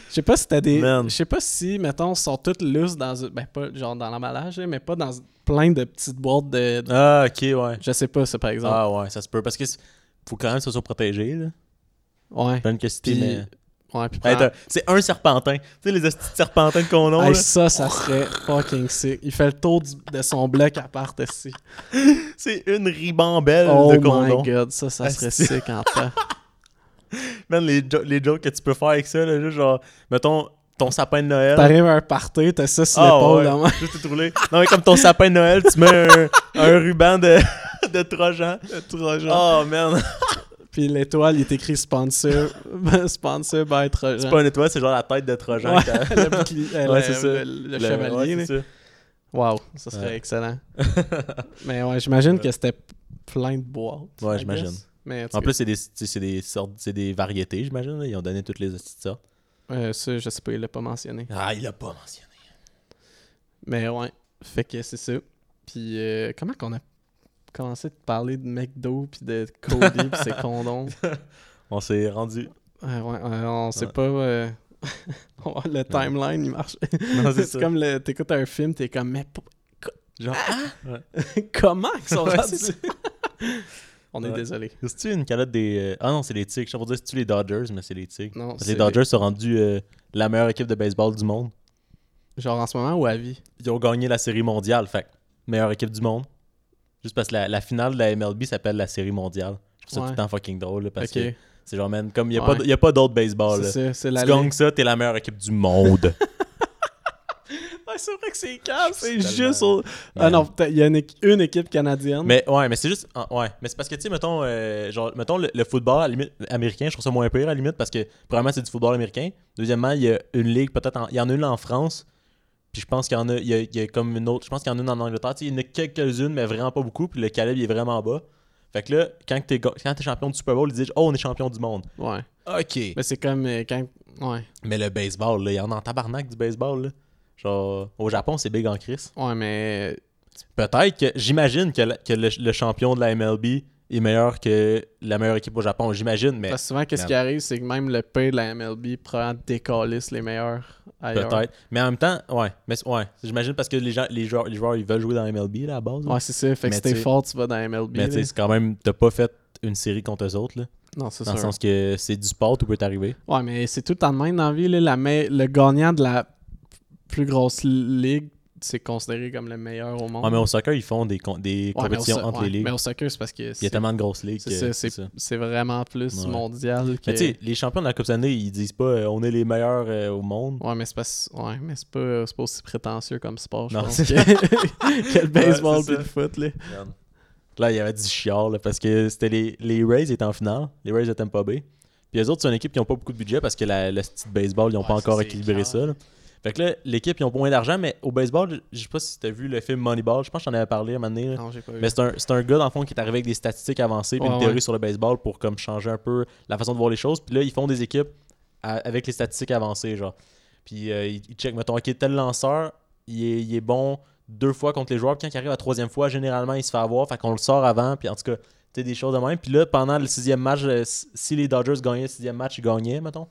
S2: Je sais pas si t'as des.
S1: Man.
S2: Je sais pas si, mettons, sont toutes lousses dans. une- Ben, pas genre dans l'emballage, là, mais pas dans plein de petites boîtes de. de-
S1: Ah, ok, ouais.
S2: Je sais pas, ça, par exemple.
S1: Ah ouais, ça se peut. Parce que c'est- faut quand même se surprotéger là.
S2: Ouais.
S1: Plein de questions.
S2: Puis.
S1: mais-
S2: Ouais, puis
S1: Ah. Hey,
S2: prendre-
S1: t'as- c'est un serpentin. Tu sais, les petits serpentins de condoms.
S2: Hey,
S1: là.
S2: ça, ça serait fucking sick. Il fait le tour du- de son bloc à part aussi.
S1: C'est une ribambelle
S2: Oh
S1: de
S2: my
S1: condoms.
S2: god, ça, ça serait
S1: Asti.
S2: sick en temps.
S1: Man, les, jo- les jokes que tu peux faire avec ça, là, juste genre, mettons, ton sapin de Noël.
S2: T'arrives à un party, t'as ça sur
S1: Ah,
S2: l'épaule.
S1: ouais.
S2: là, ouais.
S1: Juste tout roulé. Non, mais comme ton sapin de Noël, tu mets un, un ruban de, de Trojan. Oh, man.
S2: Puis l'étoile, il est écrit sponsor. sponsor by Trojan.
S1: C'est pas une étoile, c'est genre la tête de Trojan.
S2: Ouais,
S1: que t'as-
S2: le, bouclier- euh,
S1: Ouais,
S2: le-
S1: c'est ça.
S2: le- le
S1: le- ouais,
S2: chevalier. là.
S1: c'est ça.
S2: Wow, ça serait
S1: Ouais.
S2: excellent. mais ouais, j'imagine que c'était plein de boîtes.
S1: Ouais,
S2: I
S1: j'imagine.
S2: guess. Mais
S1: En plus, c'est des, tu sais, c'est des sortes, c'est des variétés, j'imagine. là. Ils ont donné toutes les petites sortes.
S2: euh, ça, je sais pas, il l'a pas mentionné.
S1: Ah, il l'a pas mentionné.
S2: Mais ouais, fait que c'est ça. Puis euh, comment qu'on a commencé de parler de McDo puis de Cody puis ses condoms?
S1: On s'est rendu.
S2: Ouais, ouais, euh, on sait
S1: Ouais.
S2: pas. euh, le timeline, il marche.
S1: Non, Ah, c'est ça.
S2: C'est comme le- t'écoutes un film, t'es comme, mais pour- Ah!
S1: Genre, ah! Ouais.
S2: comment ils sont
S1: Ouais,
S2: rendus?
S1: c'est-
S2: On est
S1: Ouais.
S2: désolé.
S1: C'est-tu une calotte des. euh, Ah non, c'est les Tigres. Je vais dire, c'est-tu les Dodgers, mais c'est les Tigres.
S2: Non,
S1: Parce que
S2: c'est
S1: les Dodgers sont rendus euh, la meilleure équipe de baseball du monde.
S2: Genre en ce moment ou à vie?
S1: Ils ont gagné la série mondiale, fait que meilleure équipe du monde. Juste parce que la, la finale de la MLB s'appelle la série mondiale. Je trouve ça
S2: Ouais.
S1: tout le temps fucking drôle, là, parce
S2: ok,
S1: que c'est genre, man, comme il n'y a,
S2: Ouais.
S1: pas d- il y a pas d'autre baseball.
S2: c'est
S1: Là.
S2: ça, c'est la
S1: Tu
S2: ligue.
S1: gagnes ça, t'es la meilleure équipe du monde.
S2: Ouais, c'est vrai que c'est calme, c'est
S1: tellement-
S2: juste au... Ah
S1: Man.
S2: non, peut-être, il y a une, équi- une équipe canadienne.
S1: Mais ouais, mais c'est juste. ah, Ouais, mais c'est parce que, tu sais, mettons, euh, genre, mettons le, le football à la limite, américain, je trouve ça moins pire à la limite parce que, premièrement, c'est du football américain. Deuxièmement, il y a une ligue, peut-être, en- il y en a une en France. Puis je pense qu'il y en a, il y a, il y a comme une autre, je pense qu'il y en a une en Angleterre. Tu sais, il y en a quelques-unes, mais vraiment pas beaucoup. Puis le calibre il est vraiment bas. Fait que là, quand t'es, ga- quand t'es champion du Super Bowl, ils disent Oh, on est champion du monde.
S2: Ouais.
S1: OK.
S2: Mais c'est comme euh, quand... Ouais.
S1: Mais le baseball, là, il y en a en tabarnak du baseball, là. Genre, au Japon, c'est big en crise.
S2: Ouais, mais...
S1: Peut-être que j'imagine que, la- que le, le champion de la MLB est meilleur que la meilleure équipe au Japon, j'imagine, mais
S2: Parce que souvent, qu'est-ce
S1: Man.
S2: qui arrive, c'est que même le pire de la MLB prend décalisse les meilleurs ailleurs.
S1: peut-être. Mais en même temps, ouais, mais c'est- ouais, j'imagine parce que les gens, les joueurs, les joueurs, ils veulent jouer dans la MLB là, à la base. là.
S2: Ouais, c'est ça. Fait que
S1: Mais
S2: si t'es
S1: tu sais-
S2: fort, tu vas dans la MLB.
S1: mais tu
S2: là.
S1: sais, c'est quand même, t'as pas fait une série contre eux autres là,
S2: non, c'est
S1: dans
S2: sûr.
S1: le sens que c'est du sport, tout peut t'arriver.
S2: Ouais, mais c'est tout le temps de même dans la vie. Là, la me- Le gagnant de la plus grosse ligue, c'est considéré comme le meilleur au monde.
S1: Ouais, mais au soccer, ils font des, com- des
S2: Ouais, mais au
S1: compétitions
S2: so-
S1: entre
S2: ouais,
S1: les ligues.
S2: Mais au soccer, c'est parce que
S1: Il y a
S2: c'est
S1: tellement de grosses ligues.
S2: c'est
S1: que
S2: ça, c'est- c'est vraiment plus
S1: Ouais.
S2: mondial que...
S1: Mais tu sais, les champions de la Coupe Stanley, ils disent pas euh, on est les meilleurs euh, au monde.
S2: Ouais, mais c'est pas, si- ouais, mais c'est pas, euh, c'est pas aussi prétentieux comme sport, je
S1: Non,
S2: pense.
S1: c'est-
S2: Que... que le baseball
S1: Ouais, c'est
S2: pis le foot, là.
S1: Merde. Là, il y avait du chiard, là, parce que c'était les, les Rays étaient en finale, les Rays de Tampa Bay. Puis les autres, c'est une équipe qui n'ont pas beaucoup de budget parce que la, le style de baseball, ils n'ont
S2: Ouais,
S1: pas
S2: ça,
S1: encore
S2: c'est
S1: équilibré
S2: clair.
S1: ça. là. Fait que là, l'équipe, ils ont pas moins d'argent, mais au baseball, je sais pas si t'as vu le film Moneyball, je pense que j'en avais parlé à un moment donné. là.
S2: Non, j'ai pas vu.
S1: Mais c'est un, c'est un gars, dans le fond, qui est arrivé avec des statistiques avancées puis
S2: Ouais,
S1: une théorie
S2: ouais.
S1: sur le baseball pour comme changer un peu la façon de voir les choses. Puis là, ils font des équipes à- avec les statistiques avancées, genre. Puis euh, ils, ils checkent, mettons, OK, tel lanceur, il est, il est bon deux fois contre les joueurs. Puis quand il arrive à la troisième fois, généralement, il se fait avoir. Fait qu'on le sort avant. Puis en tout cas, tu sais, des choses de même. Puis là, pendant le sixième match, euh, si si les Dodgers gagnaient le sixième match, ils gagnaient, mettons.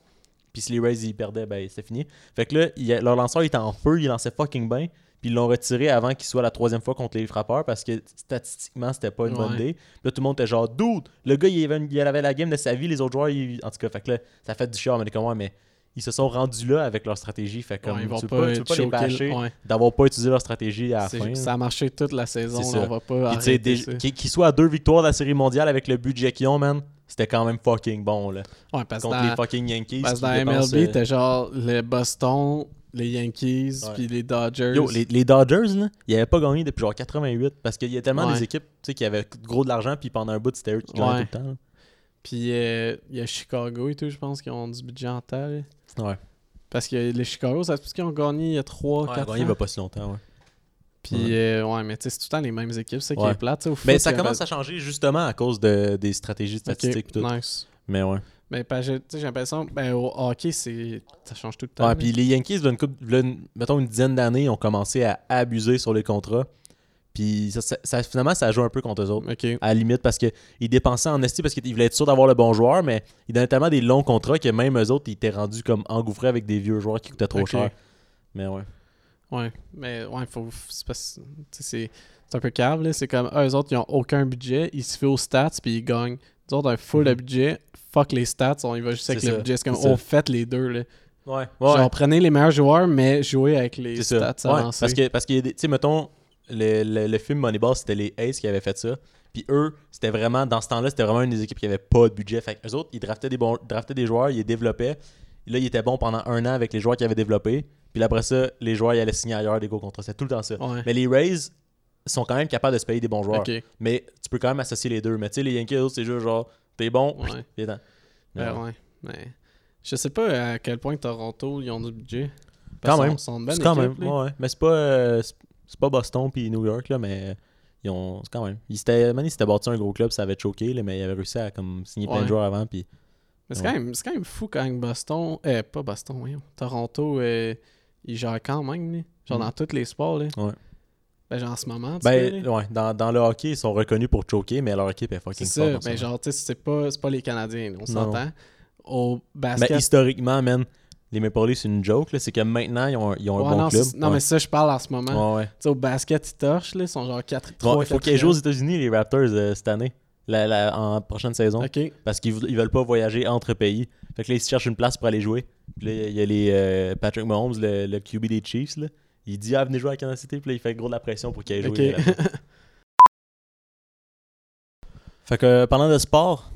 S1: Puis si les Rays, ils perdaient, ben, c'était fini. Fait que là, il- leur lanceur, il était en feu, il lançait fucking bien. Puis ils l'ont retiré avant qu'il soit la troisième fois contre les frappeurs parce que statistiquement, c'était pas une bonne
S2: Ouais.
S1: idée. Puis là, tout le monde était genre, dude, le gars, il avait, il avait la game de sa vie, les autres joueurs, ils- en tout cas, fait que là, ça fait du charme, mais comme moi, mais ils se sont rendus là avec leur stratégie. Fait que
S2: Ouais,
S1: comme,
S2: ils vont
S1: tu peux
S2: pas,
S1: pas, tu peux pas les
S2: choquer,
S1: bâcher
S2: ouais.
S1: d'avoir pas utilisé leur stratégie à la
S2: C'est-
S1: fin.
S2: Ça
S1: là.
S2: a marché toute la saison,
S1: C'est
S2: là,
S1: ça.
S2: on va pas
S1: Puis tu sais,
S2: arrêter
S1: des-
S2: Bah, ça.
S1: qu'ils qu'ils soient à deux victoires de la série mondiale avec le budget qu'ils ont, man, c'était quand même fucking bon, là.
S2: Ouais, parce que
S1: Contre
S2: dans-
S1: les fucking Yankees.
S2: Parce que
S1: qui
S2: dans la
S1: dépensent,
S2: MLB,
S1: euh,
S2: t'as genre les Boston, les Yankees,
S1: Ouais.
S2: puis les Dodgers.
S1: Yo, les, les Dodgers, là, ils n'avaient pas gagné depuis genre 88 parce qu'il y a tellement
S2: Ouais.
S1: des équipes tu sais, qui avaient gros de l'argent, puis pendant un bout, c'était eux qui gagnaient
S2: Ouais.
S1: tout le temps.
S2: Puis euh, il y a Chicago et tout, je pense, qui ont du budget en temps. là.
S1: là. Ouais.
S2: Parce que les Chicago, ça se peut qu'ils ont gagné il y a 3,
S1: Ouais,
S2: 4
S1: gagner
S2: ans.
S1: va pas si longtemps, ouais.
S2: Puis euh, ouais, mais tu sais, c'est tout le temps les mêmes équipes, c'est qui
S1: Ouais.
S2: est plate. tu sais, Au
S1: Mais
S2: foot,
S1: ça
S2: il y a-
S1: commence à changer justement à cause de- des stratégies
S2: Ok,
S1: statistiques pis tout.
S2: nice.
S1: Mais ouais.
S2: Mais parce que, tu sais, j'ai l'impression, ben, au hockey, c'est... ça change tout le temps.
S1: Ouais, puis les Yankees, v'là une couple- v'là une- mettons une dizaine d'années, ils ont commencé à abuser sur les contrats. Puis ça, ça- ça- finalement, ça joue un peu contre eux autres.
S2: Ok.
S1: À la limite, parce qu'ils dépensaient en esti parce qu'ils voulaient être sûrs d'avoir le bon joueur, mais ils donnaient tellement des longs contrats que même eux autres, ils étaient rendus comme engouffrés avec des vieux joueurs qui coûtaient trop
S2: Ok.
S1: cher. Mais ouais.
S2: Ouais, mais ouais, faut. C'est parce- tu sais, c'est c'est un peu cave, là. C'est comme, ah, eux autres, ils ont aucun budget. Ils se font aux stats, puis ils gagnent. Nous autres, un full de budget. Fuck les stats, on y va juste avec
S1: Mhm. C'est
S2: le
S1: ça,
S2: budget. C'est comme,
S1: c'est ça.
S2: on fait les deux, là.
S1: Ouais, ouais.
S2: Genre, prenez les meilleurs joueurs, mais jouez avec les
S1: c'est
S2: stats
S1: ça. Ouais,
S2: avancées.
S1: parce que, parce que tu sais, mettons, le, le- le film Moneyball, c'était les Aces qui avaient fait ça. Puis eux, c'était vraiment, dans ce temps-là, c'était vraiment une des équipes qui avait pas de budget. Fait que eux autres, ils draftaient des, bons, draftaient des joueurs, ils les développaient. Là, ils étaient bons pendant un an avec les joueurs qu'ils avaient développés. Puis là, après ça, les joueurs, ils allaient signer ailleurs des gros contrats. C'était tout le temps ça.
S2: Ouais.
S1: Mais les Rays sont quand même capables de se payer des bons joueurs.
S2: Ok.
S1: Mais tu peux quand même associer les deux. Mais tu sais, les Yankees, eux autres, c'est juste genre, t'es bon,
S2: Ouais.
S1: t'es dans. Mais
S2: Ben,
S1: ouais.
S2: ouais. Mais. Je sais pas à quel point Toronto, ils ont du budget.
S1: Quand
S2: qu'ils
S1: même.
S2: sont- sont une bonne
S1: C'est quand même,
S2: équipe, là.
S1: ouais, ouais. Mais c'est pas, euh, c'est- c'est pas Boston puis New York, là, mais ils ont, c'est quand même. Ils s'étaient, man, ils s'étaient bâti un gros club, ça avait choqué, là, mais ils avaient réussi à comme, signer plein
S2: Ouais.
S1: de joueurs avant. Puis,
S2: Mais c'est quand, même- c'est quand même fou quand Boston. Euh, pas Boston, voyons. Toronto, euh, ils gèrent quand même, là. Genre
S1: Mm.
S2: dans tous les sports, là.
S1: Ouais.
S2: Ben, genre en ce moment, tu sais,
S1: Ben,
S2: là.
S1: ouais, dans, dans le hockey, ils sont reconnus pour choker, mais leur équipe est
S2: C'est
S1: fucking forte.
S2: ça.
S1: en ce
S2: Ben,
S1: moment.
S2: genre, tu sais, c'est pas, c'est pas les Canadiens, on s'entend. Au
S1: Mais
S2: basket.
S1: historiquement, man, les Maple Leafs, c'est une joke. là. C'est que maintenant, ils ont, un- ils ont
S2: Ouais,
S1: un bon
S2: non,
S1: club.
S2: c'est- non,
S1: Ouais.
S2: mais ça, je parle en ce moment.
S1: Ouais, ouais.
S2: Tu sais, au basket, ils torchent, là. Ils sont genre 4
S1: Bon,
S2: 3
S1: il faut qu'ils jouent aux États-Unis, les Raptors, euh, cette année, la, la- en prochaine saison.
S2: Ok.
S1: Parce qu'ils vou- ils veulent pas voyager entre pays. Fait que là, ils se cherchent une place pour aller jouer. Puis là, il y a les euh, Patrick Mahomes, le, le QB des Chiefs. Là. Il dit, ah, venez jouer à Kansas City. Puis là, il fait gros de la pression pour qu'ils aillent
S2: Ok.
S1: jouer. euh, Fait que euh, parlant de sport,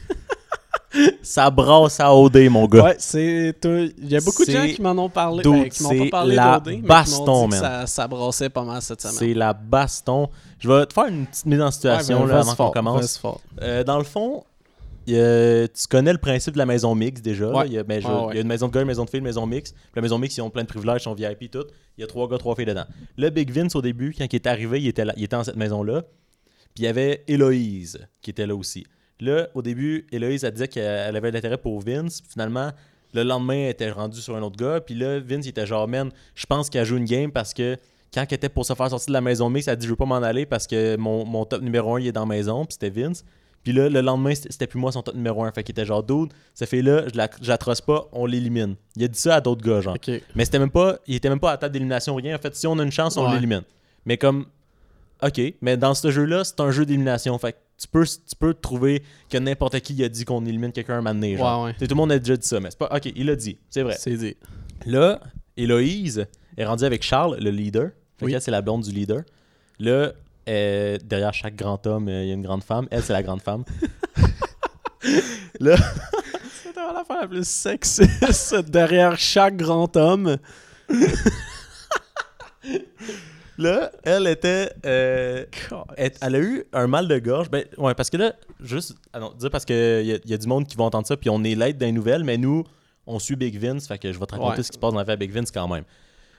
S1: ça brasse à OD, mon gars.
S2: Ouais, c'est. toi, Il y a beaucoup de gens
S1: C'est
S2: qui m'en ont parlé.
S1: d'où-
S2: ben, qui m'ont pas
S1: c'est
S2: parlé
S1: la
S2: d'OD, mais qui m'ont
S1: baston,
S2: dit
S1: man.
S2: que Ça, ça brassait pas mal cette semaine.
S1: C'est la baston. Je vais te faire une petite mise en situation
S2: Ouais, ben,
S1: là,
S2: vas-y
S1: avant qu'on
S2: fort,
S1: commence.
S2: vas-y fort.
S1: Euh, dans le fond, il y a- tu connais le principe de la maison mixte déjà. là.
S2: Ouais. Ah,
S1: Il y a, ben, je-
S2: Ouais, ouais.
S1: il y a une maison de gars, une maison de filles, une maison mixte. Puis la maison mixte, ils ont plein de privilèges, ils sont VIP, tout. Il y a trois gars, trois filles dedans. Le Big Vince, au début, quand il est arrivé, il était, là- il était dans cette maison-là. Puis il y avait Héloïse qui était là aussi. Là, au début, Héloïse, elle disait qu'elle avait de l'intérêt pour Vince. Finalement, le lendemain, elle était rendue sur un autre gars. Puis là, Vince, il était genre, man, je pense qu'elle joue une game parce que quand elle était pour se faire sortir de la maison mixte, elle dit, je veux pas m'en aller parce que mon, mon top numéro un, il est dans la maison. Puis c'était Vince. Puis là, le lendemain, c'était c'était plus moi son top numéro un. Fait qu'il était genre, dude, ça fait là, je la- je l'atroce pas, on l'élimine. Il a dit ça à d'autres gars, genre.
S2: Ok.
S1: Mais c'était même pas, il était même pas à la table d'élimination, rien. En fait, si on a une chance, on
S2: Ouais.
S1: l'élimine. Mais comme, ok, mais dans ce jeu-là, c'est un jeu d'élimination. Fait que tu peux, tu peux trouver que n'importe qui il a dit qu'on élimine quelqu'un un moment donné, genre.
S2: Ouais, ouais.
S1: Tu sais, Tout le monde a déjà dit ça, mais c'est pas, ok, il l'a dit, c'est vrai.
S2: C'est dit.
S1: Là, Héloïse est rendue avec Charles, le leader. Fait
S2: Oui.
S1: qu'elle, c'est la blonde du leader. Là, euh, derrière chaque grand homme, euh, il y a une grande femme. Elle, c'est la grande femme. là,
S2: C'est vraiment l'affaire la plus sexiste derrière chaque grand homme.
S1: là, elle était. euh, elle, elle a eu un mal de gorge. Ben, ouais, parce que là, juste. ah non, dire parce qu'il y, a- y a du monde qui va entendre ça, puis on est l'aide d'un nouvelle, mais nous, on suit Big Vince. Fait que je vais te raconter
S2: Ouais.
S1: ce qui se passe dans la vie à Big Vince quand même.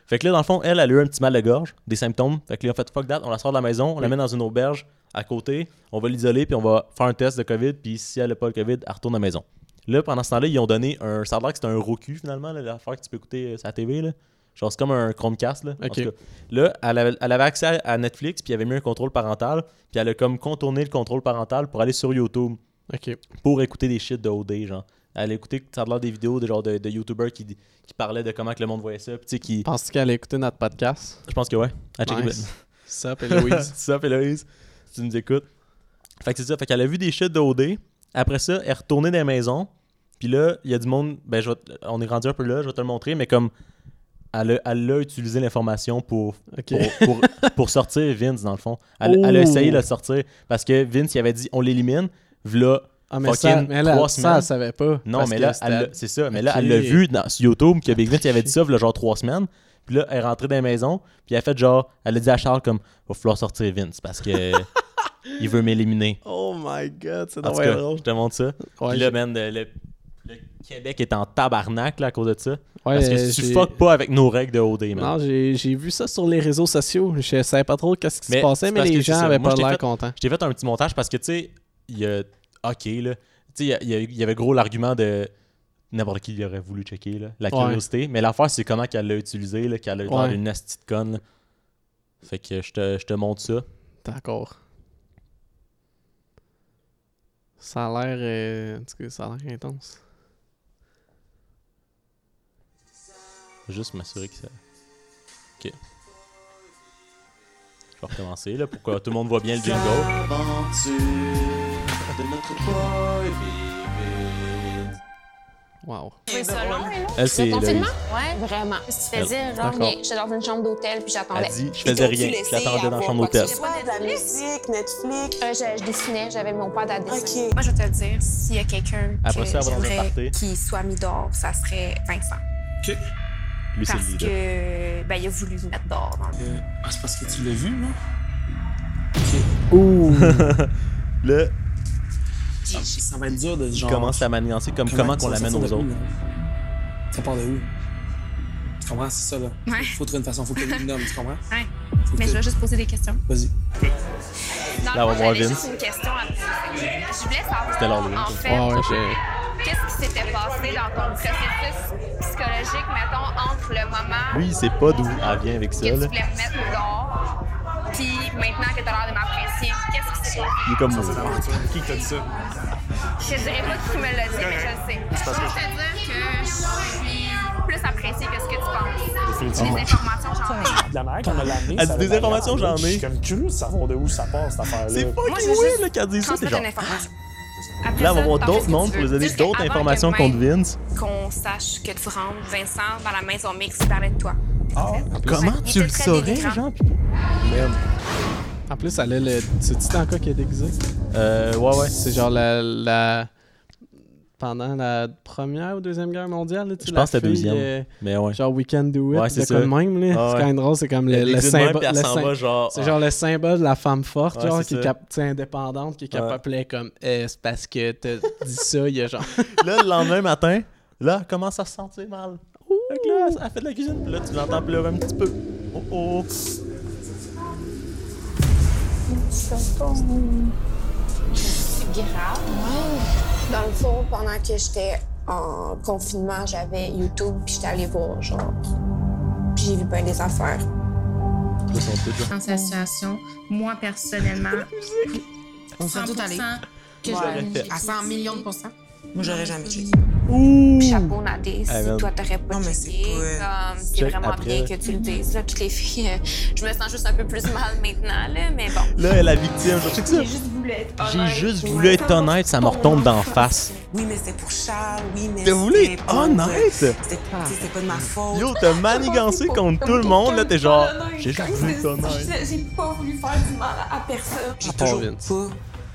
S1: Fait que là, dans le fond, elle, elle a eu un petit mal de gorge, des symptômes. Fait que là, on fait fuck that, on la sort de la maison, on la met dans une auberge à côté, on va l'isoler, puis on va faire un test de COVID, puis si elle n'a pas le COVID, elle retourne à la maison. Là, pendant ce temps-là, ils ont donné un. Ça a l'air que c'était un Roku finalement, là, l'affaire que tu peux écouter euh, sur la TV. Là. Genre, c'est comme un Chromecast. Là. En
S2: Ok.
S1: tout cas, là, elle avait, elle avait accès à Netflix, puis il y avait mis un contrôle parental, puis elle a comme contourné le contrôle parental pour aller sur YouTube
S2: Ok.
S1: pour écouter des shit de OD, genre. Elle a écouté, ça a l'air des vidéos de genre de, de YouTubers qui, qui parlaient de comment que le monde voyait ça, puis tu sais, qui.
S2: Penses-tu qu'elle a écouté notre podcast?
S1: Je pense que ouais. À checker-
S2: Ah. Nice. Sup, Héloïse.
S1: ça, Héloïse, si tu nous écoutes. Fait que c'est ça. Fait qu'elle a vu des shit d'OD. Après ça, elle est retournée dans la maison. Puis là, il y a du monde. Ben, je vais te- on est rendu un peu là, je vais te le montrer, mais comme. Elle a, elle a utilisé l'information pour,
S2: Ok.
S1: pour, pour, pour sortir Vince, dans le fond. Elle, elle a
S2: Oh.
S1: essayé de le sortir parce que Vince, il avait dit on l'élimine. V'là.
S2: Ah, mais ça,
S1: Fucking
S2: mais elle, elle-
S1: trois
S2: ça,
S1: semaines.
S2: elle savait pas.
S1: Non,
S2: parce
S1: mais
S2: que
S1: là,
S2: c'était-
S1: elle l'a- c'est ça. Mais là,
S2: Ok.
S1: elle l'a vu dans, sur YouTube que Big Vince, il avait dit ça, v'là genre trois semaines. Puis là, elle est rentrée dans la maison. Puis elle a fait genre. Elle a dit à Charles, comme, va falloir sortir Vince parce que. il veut m'éliminer.
S2: Oh my god, c'est
S1: En tout
S2: drôle.
S1: cas, je te montre ça.
S2: Ouais,
S1: Puis là,
S2: j'ai-
S1: man, le, le- le Québec est en tabarnak là, à cause de ça.
S2: Ouais,
S1: parce que
S2: euh,
S1: tu
S2: j'ai-
S1: fuck pas avec nos règles de OD, man.
S2: Non, j'ai j'ai vu ça sur les réseaux sociaux. Je savais pas trop qu'est-ce qui
S1: Mais
S2: se passait,
S1: c'est
S2: mais
S1: parce
S2: les
S1: que c'est
S2: gens
S1: ça.
S2: avaient
S1: Moi,
S2: pas
S1: je l'ai
S2: l'air
S1: fait-
S2: contents.
S1: Je t'ai fait un petit montage parce que, tu sais, il y a... OK, là. Tu sais, il y a- il y, a- il y avait gros l'argument de... N'importe qui aurait voulu checker, là. La
S2: Ouais.
S1: curiosité. Mais l'affaire, c'est comment qu'elle l'a utilisé, là, qu'elle a eu l'air
S2: Ouais.
S1: d'une nasty de conne, là. Fait que je te, je te montre ça.
S2: D'accord. Ça a l'air. euh, en tout cas, ça a l'air intense.
S1: Juste m'assurer que ça... OK. Je vais recommencer, là, pour que tout le monde voit bien le jingle.
S4: de notre boy Big Vince.
S2: Wow.
S5: trouvé ça long.
S1: Elle, c'est...
S6: Le
S1: Héloïse.
S6: confinement? Ouais, vraiment. Qu'est-ce que tu faisais? Genre,
S2: D'accord.
S6: rien. J'étais dans une chambre d'hôtel puis j'attendais.
S1: Elle dit, je faisais rien. Je l'attendais dans la chambre d'hôtel.
S7: Soit de la musique, Netflix.
S6: Euh, je, je dessinais, j'avais mon père à dessiner.
S7: OK.
S5: Moi, je vais te le dire, s'il y a quelqu'un
S1: Après
S5: que
S1: ça, elle va dans un party.
S5: j'aimerais qu'il soit mis dehors, ça serait Vincent.
S1: Lui, c'est
S5: Parce
S1: le leader.
S5: que, ben, il a voulu me mettre dehors. dans le-
S4: Euh, Ah, c'est parce que tu l'as vu, non?
S2: Ouh!
S1: Là,
S4: Ça, ça va être dur de
S1: il
S4: genre.
S1: commence à maniancer comme comment qu'on l'amène aux autres.
S4: Ça part de où? Tu comprends? C'est ça, là.
S5: Ouais.
S4: Faut trouver une façon, faut que tu nommes, tu comprends?
S5: Ouais.
S4: Faut
S5: Mais
S4: que-
S5: je vais juste poser des questions.
S4: Vas-y.
S5: Dans
S1: Là, on
S5: le
S1: va
S5: fond,
S1: voir
S5: j'avais
S1: Vince.
S5: juste une question à te poser. Je voulais
S1: C'était leur
S5: savoir,
S1: lien,
S5: en
S1: ça.
S5: fait,
S2: Ouais, ouais, j'ai-
S5: qu'est-ce qui s'était passé dans ton processus psychologique, mettons, entre le moment
S1: Lui, il sait pas d'où elle vient avec ça.
S5: que tu
S1: Là.
S5: voulais me mettre dehors Puis maintenant que t'as l'air de m'apprécier, qu'est-ce qui s'est passé?
S1: Il est comme
S8: Ça, c'est l'aventure. Qui t'a dit ça?
S5: Je te dirais pas qui me l'a dit, mais je le sais. Je peux te dire que je suis plus appréciée que ce que tu penses.
S8: Définitivement.
S5: Les informations, j'en ai.
S8: De la manière qu'on me l'a amené,
S1: Elle
S8: ça
S1: dit
S8: avait
S1: Ah, des informations, j'en
S8: l'air
S1: ai.
S8: Je suis comme curieux de savoir de où ça part, cette affaire-là.
S1: C'est
S5: Moi,
S1: fucking
S5: je veux
S1: weird
S5: juste
S1: là, qu'elle dise ça. C'est
S5: Transmettre
S1: genre.
S5: une information. Après
S1: Là, on va
S5: ça,
S1: voir
S5: t'en fais ce
S1: d'autres
S5: que tu
S1: mondes pour
S5: veux.
S1: nous donner
S5: Juste que
S1: d'autres
S5: avant que
S1: informations contre
S5: même
S1: Vince.
S5: Qu'on sache que tu rentres Vincent dans la maison mixte parlait de toi.
S1: Ah, Comment
S5: Il
S1: tu
S5: était
S1: le
S5: très
S1: saurais,
S5: délirant.
S1: genre?
S2: En plus, elle a le. C'est-tu Tanka qui est déguisé?
S1: Euh, ouais, ouais.
S2: C'est genre la, la- Pendant la première ou deuxième guerre mondiale, là, tu
S1: Je
S2: la
S1: pense que c'était
S2: fille,
S1: deuxième.
S2: euh,
S1: Mais ouais.
S2: Genre We Can Do It,
S1: Ouais,
S2: ouais,
S1: c'est
S2: c'est
S1: ça.
S2: même.
S1: Ah
S2: là. C'est
S1: ouais.
S2: quand même drôle, c'est comme le,
S1: Elle
S2: le
S1: existe de même,
S2: symbole.
S1: puis elle
S2: le
S1: s'en
S2: sym-
S1: va, genre.
S2: C'est genre le symbole de la femme forte,
S1: Ouais,
S2: genre,
S1: c'est
S2: qui est
S1: ça.
S2: cap- tu sais, indépendante, qui est capable
S1: Ouais.
S2: de play comme Eh, c'est parce que t'as dit ça, il y a genre.
S1: Là, le lendemain matin, là, elle commence à se sentir mal. Fait que là, elle fait de la cuisine, puis là, tu l'entends pleurer un petit peu. Oh oh.
S6: Dans le fond, pendant que j'étais en confinement, j'avais YouTube puis j'étais allée voir, genre. Puis j'ai vu plein des affaires.
S5: Dans sa situation, moi, personnellement,
S9: On serait tout allé.
S5: 100% que
S9: Ouais.
S5: je-
S9: À 100 millions de pourcents.
S7: Moi, j'aurais jamais checké.
S5: chapeau Nadé, si
S1: Hey, man.
S5: toi t'aurais pas
S7: Non, mais
S5: checké,
S7: c'est
S5: comme c'est
S1: Check
S5: vraiment
S1: après.
S5: bien que tu le dises. Là, toutes les filles, euh, je me sens juste un peu plus mal maintenant, là, mais bon.
S1: Là, elle est la victime. Genre, check ça. J'ai juste voulu être honnête, ça me retombe d'en face.
S7: Oui, mais c'était pour Charles. Oui, mais.
S1: T'as voulu
S7: c'était
S1: être
S2: Oh, Ah,
S7: pas-
S1: honnête?
S7: C'était tu sais, c'était pas de ma faute.
S1: Yo, t'as manigancé contre tout le monde, là, t'es genre. J'ai juste voulu être honnête.
S5: J'ai pas voulu faire du mal à personne.
S7: J'ai
S2: À part
S7: toujours
S2: Vince.
S7: pas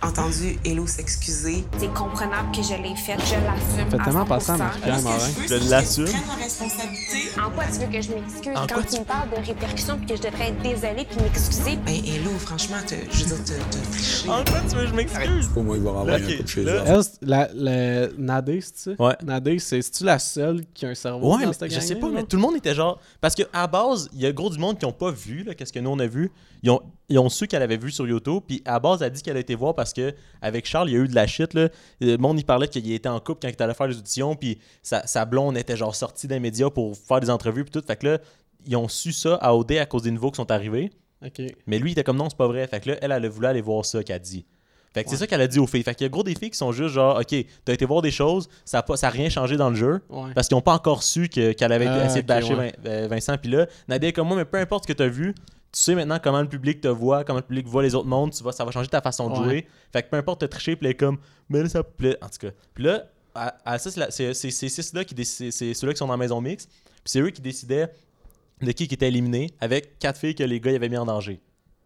S7: entendu Hello s'excuser.
S5: C'est comprenable que je l'ai faite, je l'assume.
S2: Fait
S5: à
S2: tellement passer à
S5: 100%.
S2: Marie-Pierre Morin.
S1: Je l'assume.
S7: responsabilité.
S5: En quoi tu veux que je m'excuse
S1: En quoi
S5: quand tu me parles de répercussions puis que je devrais être désolée puis m'excuser?
S7: Ben, Hello, franchement, t'as- je veux dire, t'as- t'as triché.
S1: En quoi tu veux que je m'excuse?
S10: Pour moi, il va y avoir
S1: Là,
S10: un coup de
S1: ok,
S10: chez
S1: là-
S10: eux.
S2: Elle, c'est- la, la- Nadé, c'est-tu?
S1: Ouais.
S2: Nadé, c'est- c'est-tu la seule qui a un cerveau
S1: Ouais,
S2: dans
S1: mais
S2: cette
S1: je sais
S2: gang-là,
S1: pas, mais
S2: genre?
S1: tout le monde était genre. Parce que à base, il y a gros du monde qui ont pas vu, là, qu'est-ce que nous on a vu. Ils ont, ils ont su qu'elle avait vu sur YouTube, puis à base, elle a dit qu'elle a été voir parce que avec Charles, il y a eu de la shit, là. Euh, Le monde, il parlait qu'il était en couple quand il était allé faire les auditions, puis sa, sa blonde était genre sortie d'un média pour faire des entrevues, puis tout. Fait que là, ils ont su ça à OD à cause des nouveaux qui sont arrivés.
S2: Ok.
S1: Mais lui, il était comme non, c'est pas vrai. Fait que là, elle, elle a voulu aller voir ça qu'elle a dit. Fait que c'est ça qu'elle a dit aux filles. Fait qu'il y a gros des filles qui sont juste genre, OK, t'as été voir des choses, ça a, pas- ça a rien changé dans le jeu.
S2: Ouais.
S1: Parce qu'ils n'ont pas encore su que- qu'elle avait
S2: Ah,
S1: essayé de
S2: ok,
S1: bâcher
S2: ouais.
S1: Vin- euh, Vincent. Puis là, Nadia est comme moi, mais peu importe ce que t'as vu, tu sais maintenant comment le public te voit, comment le public voit les autres mondes, tu vois, ça va changer ta façon de
S2: Ouais.
S1: jouer. Fait que peu importe, t'as triché, puis elle est comme, mais là, ça plaît. En tout cas. Puis là, à, à ça, c'est la- c'est c'est- c'est six-là qui déc- c'est c'est ceux-là qui sont dans la maison mixte. Puis c'est eux qui décidaient de qui qui était éliminé avec quatre filles que les gars ils avaient mis en danger.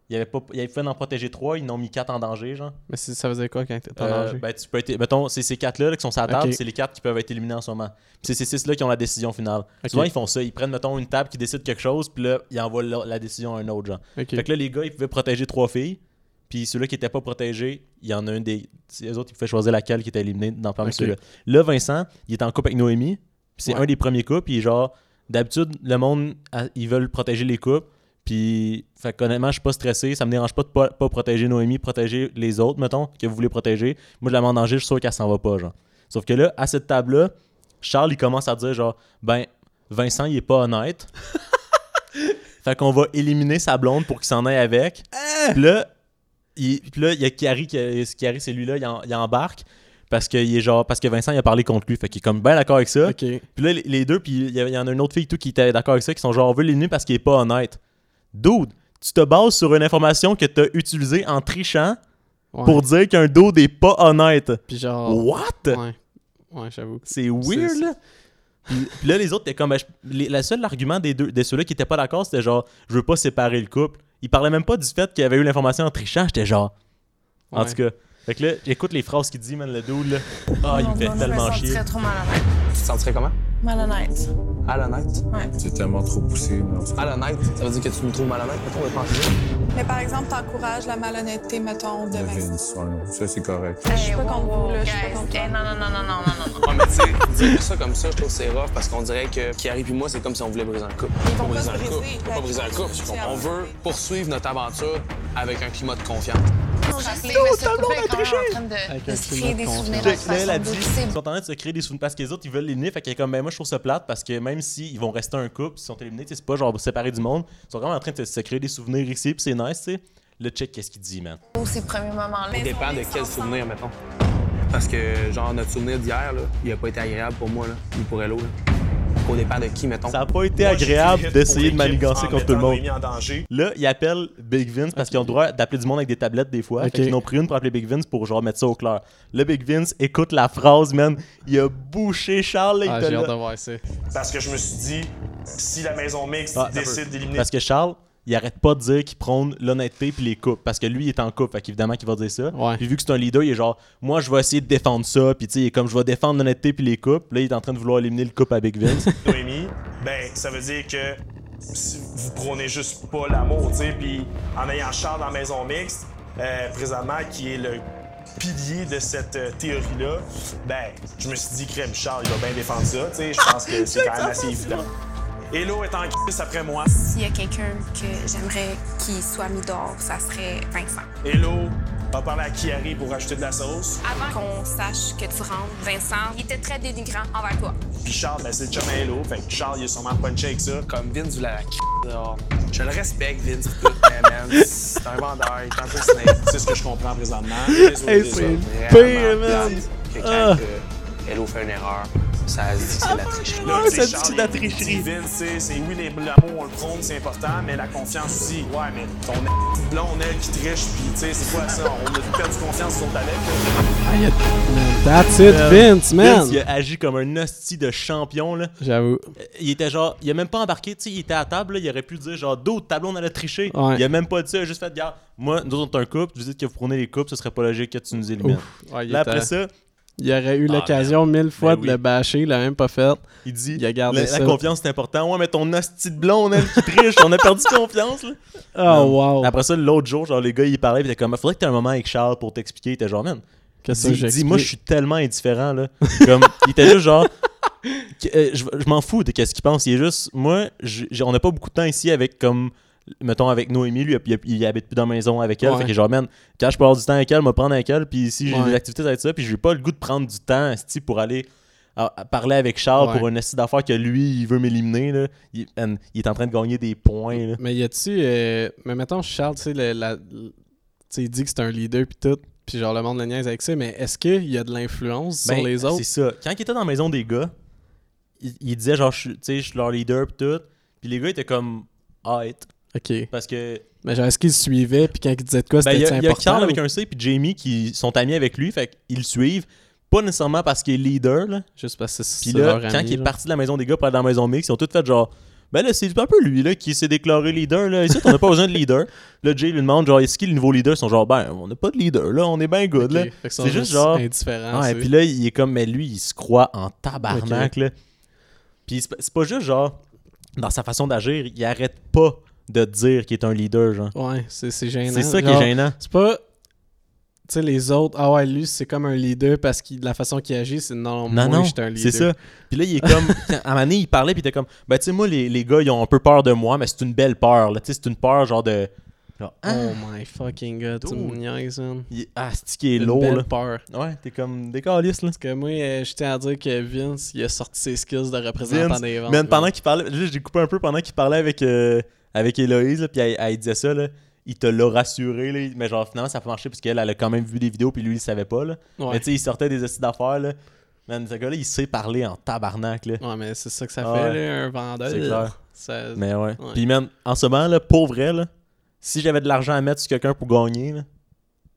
S1: Il y avait pas, il fallait en protéger trois, ils en ont mis quatre en danger, genre.
S2: Mais c'est- ça faisait quoi quand t'étais en
S1: Euh,
S2: danger?
S1: ben, tu peux être, mettons, c'est ces quatre-là là, qui sont sur la table,
S2: Ok.
S1: c'est les quatre qui peuvent être éliminés en ce moment. Puis c'est ces six-là qui ont la décision finale.
S2: Ok.
S1: Souvent, ils font ça. Ils prennent, mettons, une table qui décide quelque chose, puis là, ils envoient la, la décision à un autre, genre.
S2: Ok.
S1: Fait que là, les gars, ils pouvaient protéger trois filles, puis ceux-là qui n'étaient pas protégés, il y en a un des. c'est Eux autres, ils pouvaient choisir laquelle qui était éliminée dans parmi
S2: Ok.
S1: ceux-là. Là, Vincent, il est en couple avec Noémie, puis c'est
S2: Ouais.
S1: un des premiers couples, puis genre, d'habitude, le monde, à- ils veulent protéger les couples. Puis, fait qu'honnêtement, je suis pas stressé. Ça me dérange pas de pas, pas protéger Noémie, protéger les autres, mettons, que vous voulez protéger. Moi, je la mets en danger, je suis sûr qu'elle s'en va pas, genre. Sauf que là, à cette table-là, Charles, il commence à dire, genre, ben, Vincent, il est pas honnête. fait qu'on va éliminer sa blonde pour qu'il s'en aille avec.
S2: Ah!
S1: Puis là, il, puis là, il y a Carrie, qui, Carrie c'est lui-là, il, en- il embarque. Parce que, il est genre, parce que Vincent, il a parlé contre lui. Fait qu'il est comme ben d'accord avec ça.
S2: Ok.
S1: Puis là, les- les deux, puis il y, a- il y en a une autre fille tout qui était d'accord avec ça, qui sont genre, on veut l'éliminer parce qu'il est pas honnête. Dude, tu te bases sur une information que t'as utilisée en trichant
S2: Ouais. Oh.
S1: pour dire qu'un dude est pas honnête.
S2: Puis genre.
S1: What?
S2: Ouais. Ouais, j'avoue.
S1: C'est weird,
S2: c'est-
S1: là. Puis, puis là, les autres, t'es comme. ben, je- les- la seule argument des deux, de ceux-là qui étaient pas d'accord, c'était genre, je veux pas séparer le couple. Ils parlaient même pas du fait qu'il y avait eu l'information en trichant. J'étais genre. En
S2: Ouais.
S1: tout cas. Fait que là, écoute les phrases qu'il dit, man, le dude, là. Ah, il me fait tellement chier.
S9: trop mal à l'aise.
S4: Tu te sentirais comment?
S9: Malhonnête.
S4: Malhonnête?
S10: C'est tellement trop poussé. mais en tout cas.
S4: Malhonnête? Ça veut dire que tu nous trouves malhonnête? Mettons, on est pas en
S11: Mais par exemple, t'encourages la malhonnêteté, mettons, de
S10: Le
S11: Maxime.
S10: Vince, ouais, non. Ça, c'est correct.
S6: Ben
S11: Je suis pas contre vous, là, je suis
S5: Guys,
S11: pas contre
S5: eh,
S11: toi.
S5: non, non, non, non, non, non, non, non.
S4: Ouais, mais tu sais, dire ça comme ça, je trouve que c'est rough parce qu'on dirait que Carrie puis moi, c'est comme si on voulait briser un couple. Pas
S11: vont pas
S4: briser un
S11: se
S4: couple.
S11: briser.
S4: On peut
S11: La
S4: pas briser un
S11: vie
S4: couple.
S11: continue.
S4: On veut poursuivre notre aventure avec un climat de confiance.
S9: Rappeler,
S1: tout
S9: mais ce
S1: le monde
S9: couple
S1: a
S9: est quand même
S1: triché.
S9: en train de-
S2: Avec
S9: de
S2: un
S9: se
S2: climat
S9: créer
S2: de
S9: des
S2: confiance.
S9: souvenirs
S1: Fait
S9: à
S1: que là, elle a dit,
S9: 72.
S1: ils sont en train de se créer des souvenirs parce que les autres, ils veulent l'éliminer. Fait qu'elle est comme, ben moi, moi, je trouve ça plate parce que même s'ils vont rester un couple, s'ils sont éliminés, tu sais, c'est pas genre séparés du monde. Ils sont vraiment en train de se créer des souvenirs ici, puis c'est nice, tu sais. Le check, qu'est-ce qu'il dit, man?
S6: Pour ces premiers moments-là.
S4: Ça dépend de quel souvenir, mettons. Parce que, genre, notre souvenir d'hier, là, il a pas été agréable pour moi, là, ni pour Hello. Là. Au dépend de qui, mettons.
S1: Ça a pas été agréable d'essayer de manigancer contre tout le monde.
S4: en danger.
S1: Là, ils appellent Big Vince parce qu'ils ont le droit d'appeler du monde avec des tablettes des fois.
S2: Ok.
S1: Fait qu'ils en ont pris une pour appeler Big Vince pour genre mettre ça au clair. Là, Big Vince écoute la phrase, man. Il a bouché Charles. là, il
S2: Ah,
S1: était
S2: j'ai
S1: là.
S2: hâte de voir ça.
S8: Parce que je me suis dit, si la maison mixte
S1: Ah, ça
S8: décide
S1: peut.
S8: d'éliminer.
S1: Parce que Charles, il arrête pas de dire qu'il prône l'honnêteté puis les couples. Parce que lui, il est en couple. Fait qu'évidemment qu'il va dire ça.
S2: Ouais.
S1: Puis vu que c'est un leader, il est genre, moi, je vais essayer de défendre ça. Puis tu sais, comme je vais défendre l'honnêteté puis les couples, là, il est en train de vouloir éliminer le couple à Big Vince.
S8: Noémie, ben, ça veut dire que si vous prônez juste pas l'amour, tu sais, puis en ayant Charles dans la maison mixte, euh, présentement, qui est le pilier de cette euh, théorie-là, ben, je me suis dit, crème, Charles, il va bien défendre ça, tu sais, je pense que c'est quand même assez évident. Hello est en crise après moi.
S6: S'il y a quelqu'un que j'aimerais qu'il soit mis dehors, ça serait Vincent.
S8: Hello va parler à Kiari pour acheter de la sauce,
S6: Avant qu'on sache que tu rentres, Vincent, il était très dénigrant envers toi.
S8: puis Charles, ben, c'est le chum à Hello, fait que Charles, il est sûrement punché avec ça.
S4: Comme Vince, vous la c***, dehors. Je le respecte, Vince, pis tout, mais, man, c'est un vendeur, il est un peu snake.
S8: C'est ce que je comprends présentement.
S2: Hey,
S8: Désolé,
S2: c'est
S8: désolé.
S2: pire, man.
S4: Que quand
S2: Ah.
S4: que Hello fait une erreur, ça se dit que c'est de la tricherie.
S8: Là,
S1: Ah,
S8: tu sais,
S1: ça dit que
S8: Charles,
S1: c'est de la
S8: il- il
S1: tricherie.
S8: dit, Vince, c'est- c'est oui, les- l'amour, on le prône, c'est important, mais la confiance aussi. Ouais, mais ton a- blonde, elle qui triche, puis tu sais, c'est quoi ça? On a perdu confiance sur ta lettre.
S2: Ah, il y a- That's it, Vince, man.
S1: Euh, Vince, il a agi comme un hostie de champion, là.
S2: J'avoue.
S1: Il était genre, il a même pas embarqué, tu sais, il était à table, là, il aurait pu dire genre d'autres tableaux, on allait tricher.
S2: Ouais.
S1: Il a même pas dit ça, il a juste fait, regarde, moi, nous autres, on est un couple, vous dites que vous prenez les couples, ce serait pas logique que tu nous élimines.
S2: Ouf. Ouais, il,
S1: Là,
S2: était-
S1: après ça,
S2: il aurait eu
S1: Ah,
S2: l'occasion mille fois
S1: Ben
S2: de le
S1: oui.
S2: bâcher, il l'a même pas fait.
S1: il dit,
S2: Il a gardé
S1: la,
S2: ça.
S1: la confiance c'est important. Ouais, mais ton hostie de blonde, elle qui triche, on a perdu confiance, là.
S2: Oh, wow.
S1: Après ça, l'autre jour, genre, les gars, ils parlaient, pis t'es comme, faudrait que t'aies un moment avec Charles pour t'expliquer. Il était genre, man,
S2: Qu'est-ce que
S1: dis,
S2: j'ai
S1: dis, moi, je suis tellement indifférent, là. Comme, il était juste genre, que- euh, je, je m'en fous de qu'est-ce qu'il pense. Il est juste, moi, je- j'ai- on n'a pas beaucoup de temps ici avec, comme, mettons, avec Noémie, lui, il, il habite plus dans la maison avec elle.
S2: Ouais.
S1: Fait que, genre, man, quand je peux avoir du temps avec elle, me prendre avec elle, puis si j'ai
S2: Ouais.
S1: des activités, ça va être ça, puis j'ai pas le goût de prendre du temps, esti, pour aller. à- à parler avec Charles
S2: Ouais.
S1: pour un esti d'affaires que lui il veut m'éliminer là. Il, man, il est en train de gagner des points là.
S2: Mais y a-tu. euh, Mais mettons, Charles, tu sais, le- la- le- tu sais, il dit que c'est un leader pis tout, pis genre le monde le niaise avec ça, mais est-ce qu'il y a de l'influence
S1: Ben,
S2: sur les autres?
S1: C'est ça. Quand il était dans la maison des gars, il, il disait genre, je suis- tu sais, je suis leur leader pis tout. Puis les gars étaient comme, hâte.
S2: Ok.
S1: Parce que.
S2: Mais genre, est-ce qu'il suivait pis quand il disait de quoi,
S1: Ben, il y
S2: c'était
S1: a, il y a
S2: important?
S1: Carl avec
S2: ou-
S1: un C puis Jamie qui sont amis avec lui, fait qu'ils le suivent. Pas nécessairement parce qu'il est leader, là.
S2: Juste parce que c'est
S1: Puis
S2: c'est
S1: là,
S2: leur
S1: quand
S2: ami,
S1: il est
S2: genre.
S1: parti de la maison des gars pour aller dans la maison mix, ils ont tout fait genre. Ben là, c'est un peu lui là, qui s'est déclaré leader. Là. Ici, on n'a pas besoin de leader. Là, Jay lui demande genre, est-ce qu'il est le nouveau leader Ils sont genre, ben, on n'a pas de leader, là, on est bien good.
S2: Ok,
S1: là.
S2: fait qu'ils sont
S1: C'est juste genre.
S2: indifférent.
S1: Ouais, puis là, il est comme, mais lui, il se croit en tabarnak, là. Puis c'est pas- c'est pas juste genre, dans sa façon d'agir, il arrête pas de dire qu'il est un leader, genre.
S2: Ouais, c'est c'est gênant.
S1: C'est ça qui est
S2: genre,
S1: gênant.
S2: C'est pas. Tu sais, les autres, ah ouais, lui, c'est comme un leader parce que la façon qu'il agit, c'est
S1: Non,
S2: non, moi,
S1: non,
S2: je suis un leader.
S1: c'est ça. Puis là, il est comme, à un moment donné, il parlait, puis il était comme, ben tu sais, moi, les, les gars, ils ont un peu peur de moi, mais c'est une belle peur, là. Tu sais, c'est une peur, genre de. Genre, ah,
S2: Oh my fucking god, tu me
S1: Dude.
S2: niaises, man.
S1: il- ah, c'est qui est
S2: Une
S1: lourd,
S2: belle
S1: là.
S2: peur.
S1: Ouais, t'es comme des câlisses, là.
S2: Parce que moi, euh, je tiens à dire que Vince, il a sorti ses skills de représentant
S1: Vince,
S2: des ventes.
S1: man, pendant
S2: là.
S1: qu'il parlait, là, j'ai coupé un peu pendant qu'il parlait avec, euh, avec Héloïse, là, puis elle, elle disait ça, là. Il te l'a rassuré, là, mais genre finalement ça a pas marché parce qu'elle elle a quand même vu des vidéos puis lui il savait pas là.
S2: Ouais.
S1: Mais tu sais il sortait des essais d'affaires là. Man, ce gars-là il sait parler en tabarnak là.
S2: Ouais, mais c'est ça que ça
S1: Ah
S2: fait,
S1: ouais.
S2: là, un vendeur.
S1: C'est clair.
S2: Ça-
S1: Mais ouais.
S2: Ouais.
S1: Puis man, en ce moment là, pour vrai là, si j'avais de l'argent à mettre sur quelqu'un pour gagner là,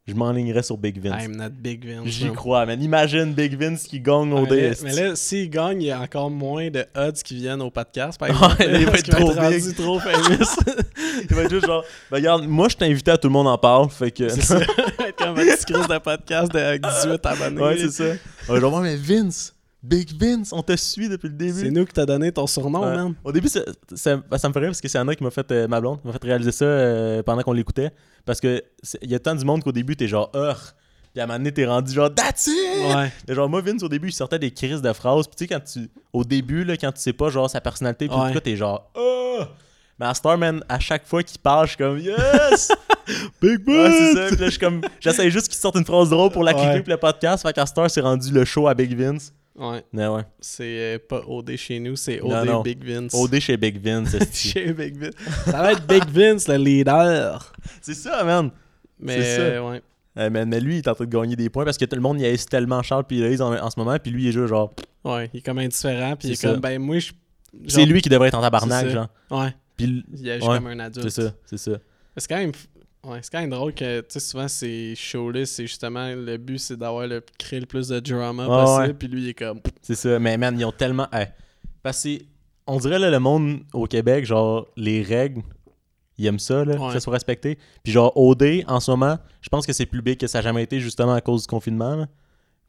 S1: je m'enlignerais sur Big Vince.
S2: I'm not big Vince.
S1: J'y
S2: man.
S1: crois, man. Imagine Big Vince qui gagne au
S2: mais, là-
S1: DS.
S2: mais là, s'il gagne, il y a encore moins de odds qui viennent au podcast, par exemple.
S1: Ouais, il va
S2: parce
S1: être
S2: qu'il
S1: trop
S2: rendu
S1: big.
S2: trop famous.
S1: il va être juste genre, Ben, regarde, moi je t'ai invité à tout le monde en parle, fait que.
S2: c'est ça. Comme un petit crise de podcast de, avec 18 abonnés.
S1: Ouais, c'est ça. Ouais, Ah, genre, ouais, mais Vince, Big Vince, on te suit depuis le début.
S2: C'est nous qui t'a donné ton surnom,
S1: Ouais.
S2: man.
S1: Au début, ça, ça- ben, ça me fait rire parce que c'est Anna qui m'a fait, euh, ma blonde, m'a fait réaliser ça euh, pendant qu'on l'écoutait. Parce que c'est- il y a tant du monde qu'au début, t'es genre, Urgh! Puis à un moment donné, t'es rendu genre, That's it!
S2: Ouais.
S1: Et genre, moi, Vince, au début, il sortait des crises de phrases. Puis tu sais, quand tu. Au début, là, quand tu sais pas, genre, sa personnalité, puis
S2: Ouais.
S1: tout, t'es genre, Ah! Mais à Starman, à chaque fois qu'il parle, je suis comme, Yes!
S2: Big Vince!
S1: Ouais, c'est ça. Puis là, je suis comme, j'essaie juste qu'il sorte une phrase drôle pour la cliquer
S2: Ouais.
S1: pour le podcast. Fait qu'à cette heure, c'est rendu le show à Big Vince.
S2: Ouais.
S1: Ouais, ouais.
S2: C'est euh, pas OD chez nous, c'est OD
S1: Non, non.
S2: Big Vince.
S1: OD chez Big Vince, c'est-tu.
S2: chez Big Vince. Ça va être Big Vince, le leader.
S1: C'est ça, man.
S2: Mais,
S1: C'est ça.
S2: ouais.
S1: Euh, mais, mais lui, il est en train de gagner des points parce que tout le monde y est tellement Charles puis Héloïse en, en ce moment, puis lui, il est juste genre.
S2: Ouais, il est comme indifférent, puis il est
S1: C'est ça.
S2: comme, ben moi, je.
S1: C'est lui qui devrait être en tabarnak,
S2: C'est ça.
S1: genre.
S2: Ouais.
S1: Puis l-
S2: Il agit
S1: ouais,
S2: comme un adulte.
S1: C'est ça, c'est ça.
S2: C'est quand même. Ouais, c'est quand même drôle que, tu sais, souvent, ces shows-là, c'est justement le but, c'est d'avoir le créer le plus de drama
S1: Ah,
S2: possible,
S1: ouais.
S2: puis lui, il est comme.
S1: C'est ça, mais man, ils ont tellement. hey, parce que, c'est- on dirait, là, le monde au Québec, genre, les règles, ils aiment ça, là, que
S2: Ouais.
S1: ça soit respecté. Puis, genre, OD, en ce moment, je pense que c'est plus big que ça a jamais été, justement, à cause du confinement, là.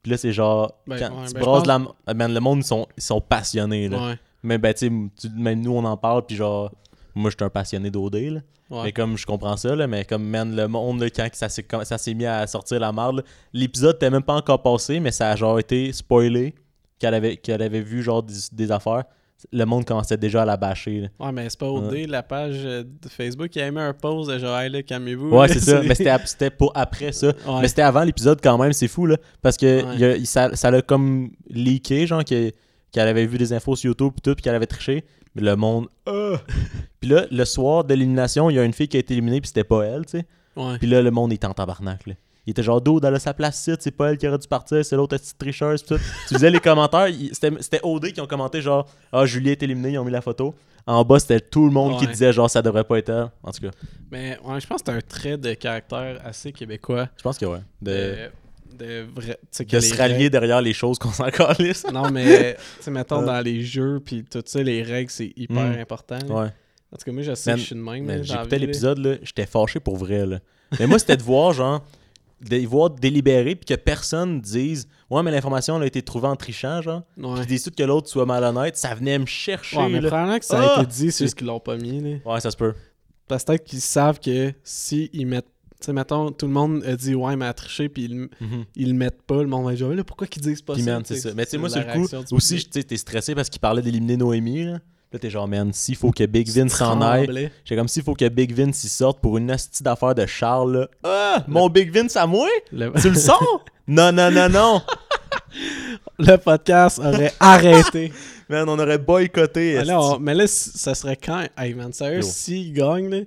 S1: Puis là, c'est genre,
S2: Ben,
S1: quand
S2: ouais,
S1: tu
S2: ben, je
S1: brasses de la.
S2: pense-
S1: ah, Man, le monde, ils sont, ils sont passionnés, là.
S2: Ouais.
S1: Mais, ben, tu sais, m- tu- même nous, on en parle, puis genre, moi, je suis un passionné d'OD, là.
S2: Ouais.
S1: Mais comme je comprends ça, là, mais comme man, le monde, là, quand ça s'est com- ça s'est mis à sortir la marde, là, l'épisode était même pas encore passé, mais ça a genre été spoilé qu'elle avait, qu'elle avait vu genre des, des affaires. Le monde commençait déjà à la bâcher. là.
S2: Ouais, mais c'est pas OD,
S1: Ouais.
S2: la page euh, de Facebook, il a mis un post de genre, hey, là, calmez-vous.
S1: Ouais,
S2: là,
S1: c'est ça. Mais c'était ap- c'était pas après ça.
S2: Ouais.
S1: Mais c'était avant l'épisode quand même, c'est fou, là. Parce que
S2: Ouais.
S1: il y a- il- ça ça l'a comme leaké, genre, que- qu'elle avait vu des infos sur YouTube pis tout, pis qu'elle avait triché. Mais le monde. Ah! Puis là, le soir de l'élimination, il y a une fille qui a été éliminée, puis c'était pas elle, tu sais.
S2: Ouais.
S1: Puis là, le monde était en tabarnak, là. Il était genre, d'eau, elle a sa place, c'est c'est pas elle qui aurait dû partir, c'est l'autre petite tricheuse, pis tout. tu faisais les commentaires, il- c'était c'était OD qui ont commenté, genre, ah, Julie est éliminée, ils ont mis la photo. En bas, c'était tout le monde qui
S2: Ouais.
S1: disait, genre, ça devrait pas être elle. En tout cas,
S2: Mais ouais, je pense que c'est un trait de caractère assez québécois.
S1: je pense que ouais. De...
S2: De, de, vrai- tu sais, que
S1: de
S2: Euh, les
S1: se rallier
S2: règles-
S1: derrière les choses qu'on s'en calisse.
S2: Non, mais, tu sais, mettons,
S1: Euh.
S2: dans les jeux, puis tout ça, les règles, c'est hyper
S1: Mm.
S2: important. là.
S1: Ouais.
S2: En tout cas, moi, je sais
S1: Man,
S2: que je suis de même.
S1: man,
S2: là, dans la
S1: J'écoutais
S2: vie, là.
S1: l'épisode, là, j'étais fâché pour vrai. Là. Mais moi, c'était de voir, genre, de les voir délibérer, puis que personne dise Ouais, mais l'information elle a été trouvée en trichant, genre.
S2: Ouais.
S1: Puis des suites que l'autre soit malhonnête, ça venait me chercher.
S2: Ouais, mais
S1: là.
S2: probablement que ça a
S1: Ah!
S2: été dit, c'est juste qu'ils l'ont pas mis. là.
S1: Ouais, ça se peut.
S2: Parce que peut-être qu'ils savent que si ils mettent. Tu sais, mettons, tout le monde a dit ouais, mais a triché, puis ils, le-
S1: Mhm.
S2: ils le mettent pas. Le monde va dire là, pourquoi qu'ils disent pas
S1: Puis,
S2: ça
S1: man,
S2: Tu
S1: c'est
S2: sais,
S1: ça. Mais tu sais, moi,
S2: la
S1: sur le
S2: réaction
S1: coup,
S2: du
S1: aussi,
S2: public.
S1: tu sais, t'es stressé parce qu'il parlait d'éliminer Noémie. Là, là t'es genre, man, s'il faut que Big Vince s'en aille.
S2: tremblais.
S1: J'étais comme, s'il faut que Big Vince s'y sorte pour une astuce d'affaires de Charles, là. Ah, mon Big Vince à moi?
S2: Le-
S1: Tu le sors? non, non, non, non.
S2: le podcast aurait arrêté.
S1: Man, on aurait boycotté.
S2: Ah, là, on-
S1: esti.
S2: mais là, c- ça serait quand Hey man, sérieux,
S1: Yo.
S2: s'ils gagnent, là,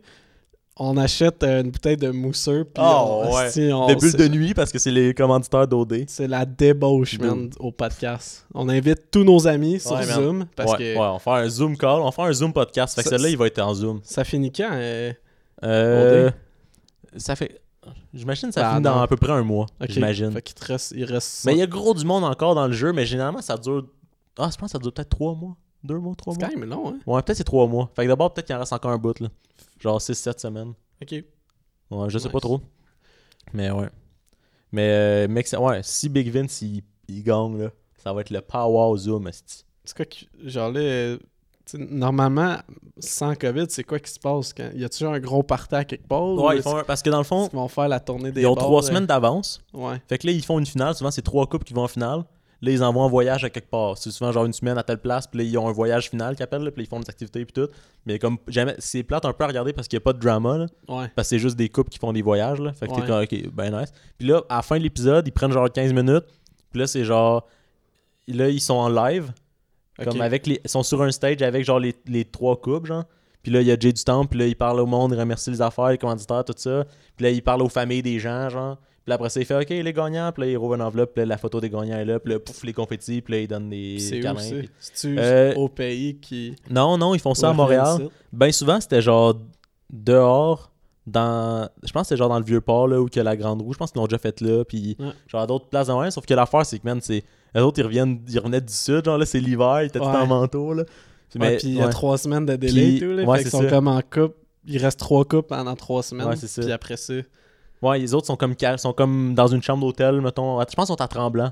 S2: on achète euh, une bouteille de mousseux. Puis
S1: Oh,
S2: on,
S1: ouais.
S2: si on-
S1: Des bulles de
S2: c'est-
S1: nuit parce que c'est les commanditaires d'OD.
S2: C'est la débauche, man, au podcast. On invite tous nos amis sur
S1: Ouais, man.
S2: Zoom. Parce
S1: ouais,
S2: que
S1: ouais, on fait un Zoom call, on fait un Zoom podcast. Fait que
S2: Ça-
S1: celui-là, il va être en Zoom.
S2: ça finit quand euh,
S1: Euh, ça fait. J'imagine que ça
S2: Ah,
S1: finit
S2: non.
S1: dans à peu près un mois.
S2: ok,
S1: J'imagine.
S2: Fait qu'il te reste, il reste
S1: Mais il y
S2: ça.
S1: a gros du monde encore dans le jeu, mais généralement, ça dure. Ah, je pense que ça dure peut-être trois mois. Deux mois, trois
S2: C'est
S1: mois.
S2: quand même long, hein?
S1: Ouais, peut-être c'est trois mois. Fait que d'abord, peut-être qu'il en reste encore un bout, là. Genre 6-7 semaines.
S2: Ok.
S1: Ouais, je sais pas
S2: Nice.
S1: trop. Mais ouais. Mais, euh, mec, c'est- ouais, si Big Vince il, il gagne, là, ça va être le power zoom, esti.
S2: C'est quoi qui- genre là, euh, tu sais, normalement, sans COVID, c'est quoi qui se passe? Quand... Y a toujours un gros party à quelque part? ou
S1: Ouais, ils
S2: est-ce-
S1: font un- parce que dans le
S2: est-ce
S1: fond,
S2: qu'ils vont faire la tournée des
S1: ils ont
S2: bars,
S1: trois
S2: euh,
S1: semaines d'avance.
S2: Ouais.
S1: Fait que là, ils font une finale. Souvent, c'est trois couples qui vont en finale. Là, ils envoient en voyage à quelque part. C'est souvent genre une semaine à telle place. Puis là, ils ont un voyage final qu'ils appellent. là, Puis là, ils font des activités. Puis tout. Mais comme jamais, c'est plate un peu à regarder parce qu'il n'y a pas de drama. là.
S2: Ouais.
S1: Parce que c'est juste des couples qui font des voyages. Là. Fait que
S2: Ouais.
S1: t'es comme, ok, ben nice. Puis là, à la fin de l'épisode, ils prennent genre 15 minutes. Puis là, c'est genre. Là, ils sont en live. Comme
S2: Ok.
S1: avec les, ils sont sur un stage avec genre les, les trois couples, genre. Puis là, il y a Jay du Temple, puis là, il parle au monde, il remercie les affaires, les commanditaires, tout ça. Puis là, il parle aux familles des gens, genre. Puis là, après ça, il fait OK, les gagnants, puis là, il rouvre une enveloppe, puis là, la photo des gagnants est là, puis là, pouf, les confettis, puis là, il donne des
S2: Puis C'est où,
S1: câlins,
S2: ça?
S1: puis-
S2: C'est-tu
S1: Euh,
S2: au pays qui...
S1: Non, non, ils font ça à
S2: Ouais,
S1: Montréal.
S2: c'est-
S1: Ben souvent, c'était genre dehors, dans. Je pense que c'est genre dans le vieux port, là, où que la Grande Roue, je pense qu'ils l'ont déjà fait là, puis
S2: Ouais.
S1: genre à d'autres places de même, sauf que l'affaire, c'est que, man, c'est. Les autres, ils, reviennent, ils revenaient du sud, genre là, c'est l'hiver, ils étaient tout
S2: Ouais.
S1: en manteau, là.
S2: Ouais, puis il y a
S1: ouais.
S2: trois semaines de délai
S1: Puis-
S2: et tout, là.
S1: ouais,
S2: fait qu'ils
S1: c'est
S2: sont
S1: ça.
S2: comme en couple. Il reste trois couples pendant trois semaines.
S1: Ouais, c'est ça.
S2: Puis après ça.
S1: Ouais, les autres sont comme, cal- sont comme dans une chambre d'hôtel, mettons. à- Je pense qu'ils sont à Tremblant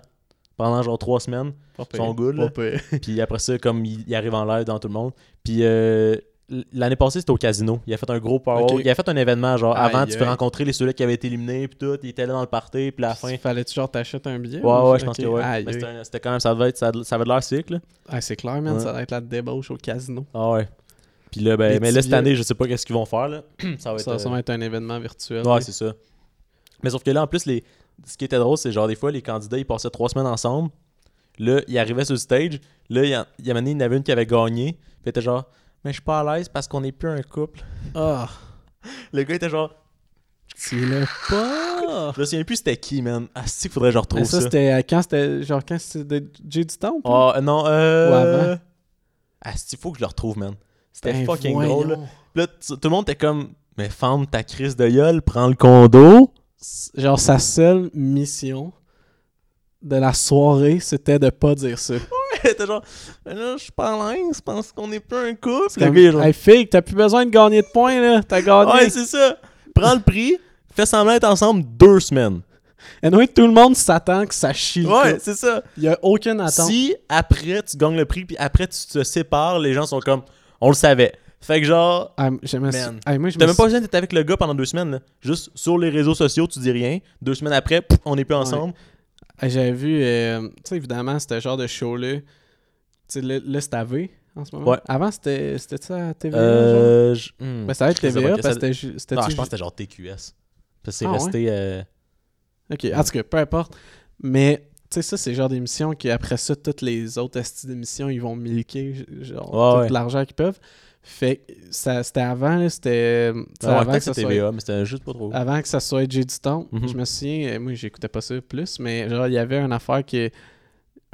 S1: pendant genre trois semaines. Ils sont good, là.
S2: Pas pire.
S1: Puis après ça, comme ils, ils arrivent en l'air dans tout le monde. Puis euh, l- l'année passée, c'était au casino. Il a fait un gros power.
S2: Ok.
S1: Il a fait un événement, genre,
S2: Aïe,
S1: avant, tu peux
S2: aïe.
S1: rencontrer les ceux-là qui avaient été éliminés, puis tout. Ils étaient là dans le party, puis à la fin.
S2: Puis Fallait-tu genre t'achètes un billet?
S1: Ouais, ouais, je pense
S2: Ok.
S1: que ouais.
S2: Aïe,
S1: Mais c'était
S2: aïe.
S1: un- c'était quand même, ça devait être, ça, ça avait de l'air sick, là.
S2: Ah, c'est clair, man.
S1: Ouais.
S2: Ça va être la débauche au casino.
S1: Ah ouais. Puis là, ben,
S2: Les
S1: mais là,
S2: petits
S1: cette année,
S2: vieux.
S1: je sais pas qu'est-ce qu'ils vont faire, là. ça va être.
S2: Ça,
S1: euh,
S2: ça va être un événement virtuel.
S1: Ouais,
S2: là.
S1: c'est ça. Mais sauf que là, en plus, les... ce qui était drôle, c'est genre des fois, les candidats, ils passaient trois semaines ensemble. Là, il arrivait sur le stage. Là, il y en- il y en avait une, il y en avait une qui avait gagné. Puis elle était genre, mais je suis pas à l'aise parce qu'on n'est plus un couple.
S2: Ah.
S1: Le gars était genre.
S2: Tu l'as pas.
S1: Je me souviens plus c'était qui, man. Ah, si, faudrait que je retrouve
S2: Mais Ah. ça,
S1: ça.
S2: c'était euh, quand c'était genre quand c'était Jay du temps ou pas?
S1: Ah, euh, non, euh.
S2: Ou avant?
S1: Ah, si, faut que je le retrouve, man. C'était
S2: Ben,
S1: fucking
S2: voyons.
S1: drôle. Là, Puis là, t- tout le monde était comme, mais ferme ta crise de gueule, prends le condo.
S2: Genre sa seule mission de la soirée, c'était de pas dire ça.
S1: Elle était genre, Mais là, je suis pas à l'aise, je pense qu'on n'est plus un couple.
S2: Comme,
S1: Le gars, il est genre,
S2: hey fille, t'as plus besoin de gagner de points là, t'as gagné.
S1: ouais, c'est ça. Prends le prix, fais semblant d'être ensemble deux semaines.
S2: Anyway, tout le monde s'attend que ça chie. le
S1: Ouais,
S2: couple.
S1: c'est ça.
S2: Il y a aucune attente.
S1: Si après tu gagnes le prix, puis après tu te sépares, les gens sont comme, on le savait. Fait que genre,
S2: Ah, j'aimais ça.
S1: Man.
S2: Ah, moi, je
S1: T'as
S2: me
S1: même pas besoin d'être avec le gars pendant deux semaines. là. Juste sur les réseaux sociaux, tu dis rien. Deux semaines après, pouf, on n'est plus ensemble.
S2: Ah, J'avais vu, euh, tu sais, évidemment, ce genre de show-là. Tu sais, là, là, c'est à V en ce moment.
S1: Ouais.
S2: Avant, c'était c'était ça à TVA. genre?
S1: Euh, je- hmm,
S2: Ben, ça va être
S1: je sais
S2: TVA,
S1: pas, ça-
S2: parce que c'était ju- c'était-tu
S1: Non, je
S2: ju-
S1: pense que c'était genre TQS. Parce que c'est
S2: Ah, ouais?
S1: resté. euh,
S2: Ok, en tout cas, peu importe. Mais, tu sais, ça, c'est le genre d'émission qui, après ça, toutes les autres styles d'émissions, ils vont milquer, j- genre,
S1: Ouais,
S2: tout
S1: ouais.
S2: l'argent qu'ils peuvent. Fait que ça- c'était avant, là, c'était. tu sais,
S1: Ah ouais,
S2: avant
S1: peut-être
S2: que ça
S1: c'était
S2: soit-
S1: TVA, mais c'était juste pas trop.
S2: avant que ça soit Jay du temps,
S1: Mhm.
S2: je me souviens, euh, moi j'écoutais pas ça plus, mais genre il y avait une affaire qui est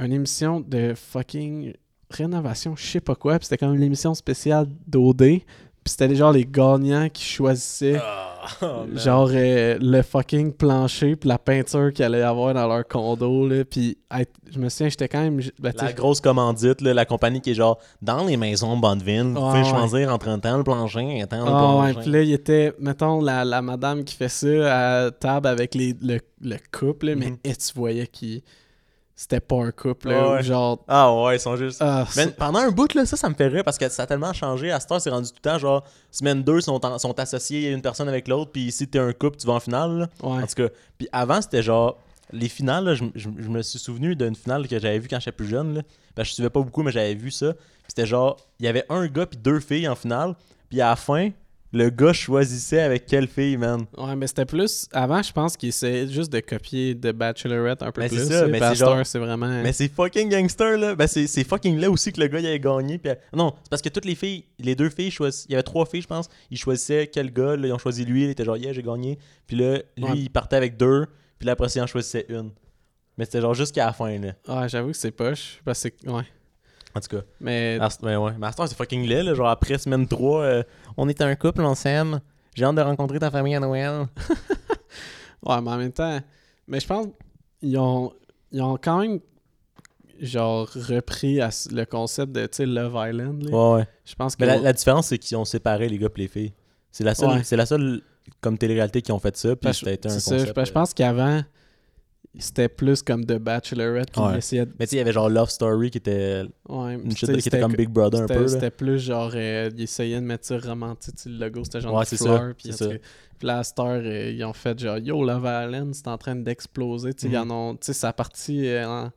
S2: une émission de fucking rénovation, je sais pas quoi, puis c'était comme l'émission spéciale d'OD, puis c'était genre les gagnants qui choisissaient
S1: oh,
S2: genre euh, le fucking plancher puis la peinture qu'il allait avoir dans leur condo là, puis hey, je me souviens, j'étais quand même ben, tu sais,
S1: La grosse commandite, là, la compagnie qui est genre dans les maisons Bonneville.
S2: Ah,
S1: tu sais,
S2: ouais.
S1: choisir entre un temps le plancher, un temps le
S2: Ah ouais,
S1: plancher.
S2: puis là, il était, mettons, la, la madame qui fait ça à table avec les, le, le couple, là, mais eh, tu voyais qu'il. C'était pas un couple, là,
S1: Mhm. Ouais.
S2: ou genre.
S1: Ah ouais, ils sont juste.
S2: Ah,
S1: Mais
S2: c'est-
S1: pendant un bout, là, ça, ça me fait rire parce que ça a tellement changé. À cette heure, c'est rendu tout le temps, genre, semaine 2 sont, en- sont associés une personne avec l'autre, puis si t'es un couple, tu vas en finale. là.
S2: Ouais.
S1: Ben, En tout cas, puis avant, c'était genre, les finales, là, je, m- je m- je me suis souvenu d'une finale que j'avais vue quand j'étais plus jeune. Là, parce que je suivais pas beaucoup, mais j'avais vu ça. Puis c'était genre, il y avait un gars, puis deux filles en finale, puis à la fin, le gars choisissait avec quelle fille, man.
S2: Ouais, mais c'était plus. Avant, je pense qu'il essayait juste de copier The Bachelorette un peu
S1: Mais Ben, c'est
S2: plus.
S1: ça,
S2: là,
S1: mais
S2: puis à
S1: c'est
S2: cette heure,
S1: genre-
S2: c'est vraiment.
S1: Mais c'est fucking gangster, là. Ben, c'est c'est fucking là aussi que le gars, il avait gagné. Puis, non, c'est parce que toutes les filles, les deux filles, choisissaient- il y avait trois filles, je pense. Ils choisissaient quel gars, là, ils ont choisi lui, il était genre, yeah, j'ai gagné. Puis là, lui,
S2: Ouais.
S1: il partait avec deux, puis là, après, ça, il en choisissait une. Mais c'était genre jusqu'à la fin, là.
S2: Ah, j'avoue que c'est poche. Parce que. Ouais.
S1: En tout cas.
S2: Mais.
S1: à ce- ouais, ouais. Mais à cette heure, Ah, c'est fucking laid, là. Genre, après semaine 3, euh, on est un couple, on s'aime. J'ai hâte de rencontrer ta famille à Noël.
S2: Ouais, mais en même temps. Mais je pense ils ont, ils ont quand même. Genre repris à s- le concept de, tu sais, Love Island. là.
S1: Ouais, ouais.
S2: Je pense que.
S1: Mais la, la différence, c'est qu'ils ont séparé les gars et les filles. C'est la seule,
S2: Ouais.
S1: c'est la seule comme télé-réalité qui ont fait ça, puis
S2: Parce-
S1: ça a été un
S2: c'est ça,
S1: concept.
S2: je, je
S1: euh,
S2: pense qu'avant, c'était plus comme The Bachelorette qui
S1: Ouais.
S2: essayait de.
S1: Mais tu sais, il y avait genre Love Story qui était
S2: Ouais,
S1: une
S2: c'était-
S1: shit de- qui était comme Big Brother un
S2: c'était-
S1: peu. là.
S2: C'était plus genre, euh, ils essayaient de mettre ça romantique, tu sais, le logo, c'était genre
S1: Ouais,
S2: une
S1: c'est
S2: fleur.
S1: ça,
S2: puis,
S1: c'est
S2: en
S1: ça.
S2: tout cas, puis là, à cette heure, euh, ils ont fait genre, yo, Love Island, c'est en train d'exploser. Tu sais, ils
S1: Mhm.
S2: en ont- tu sais, ça a parti euh, en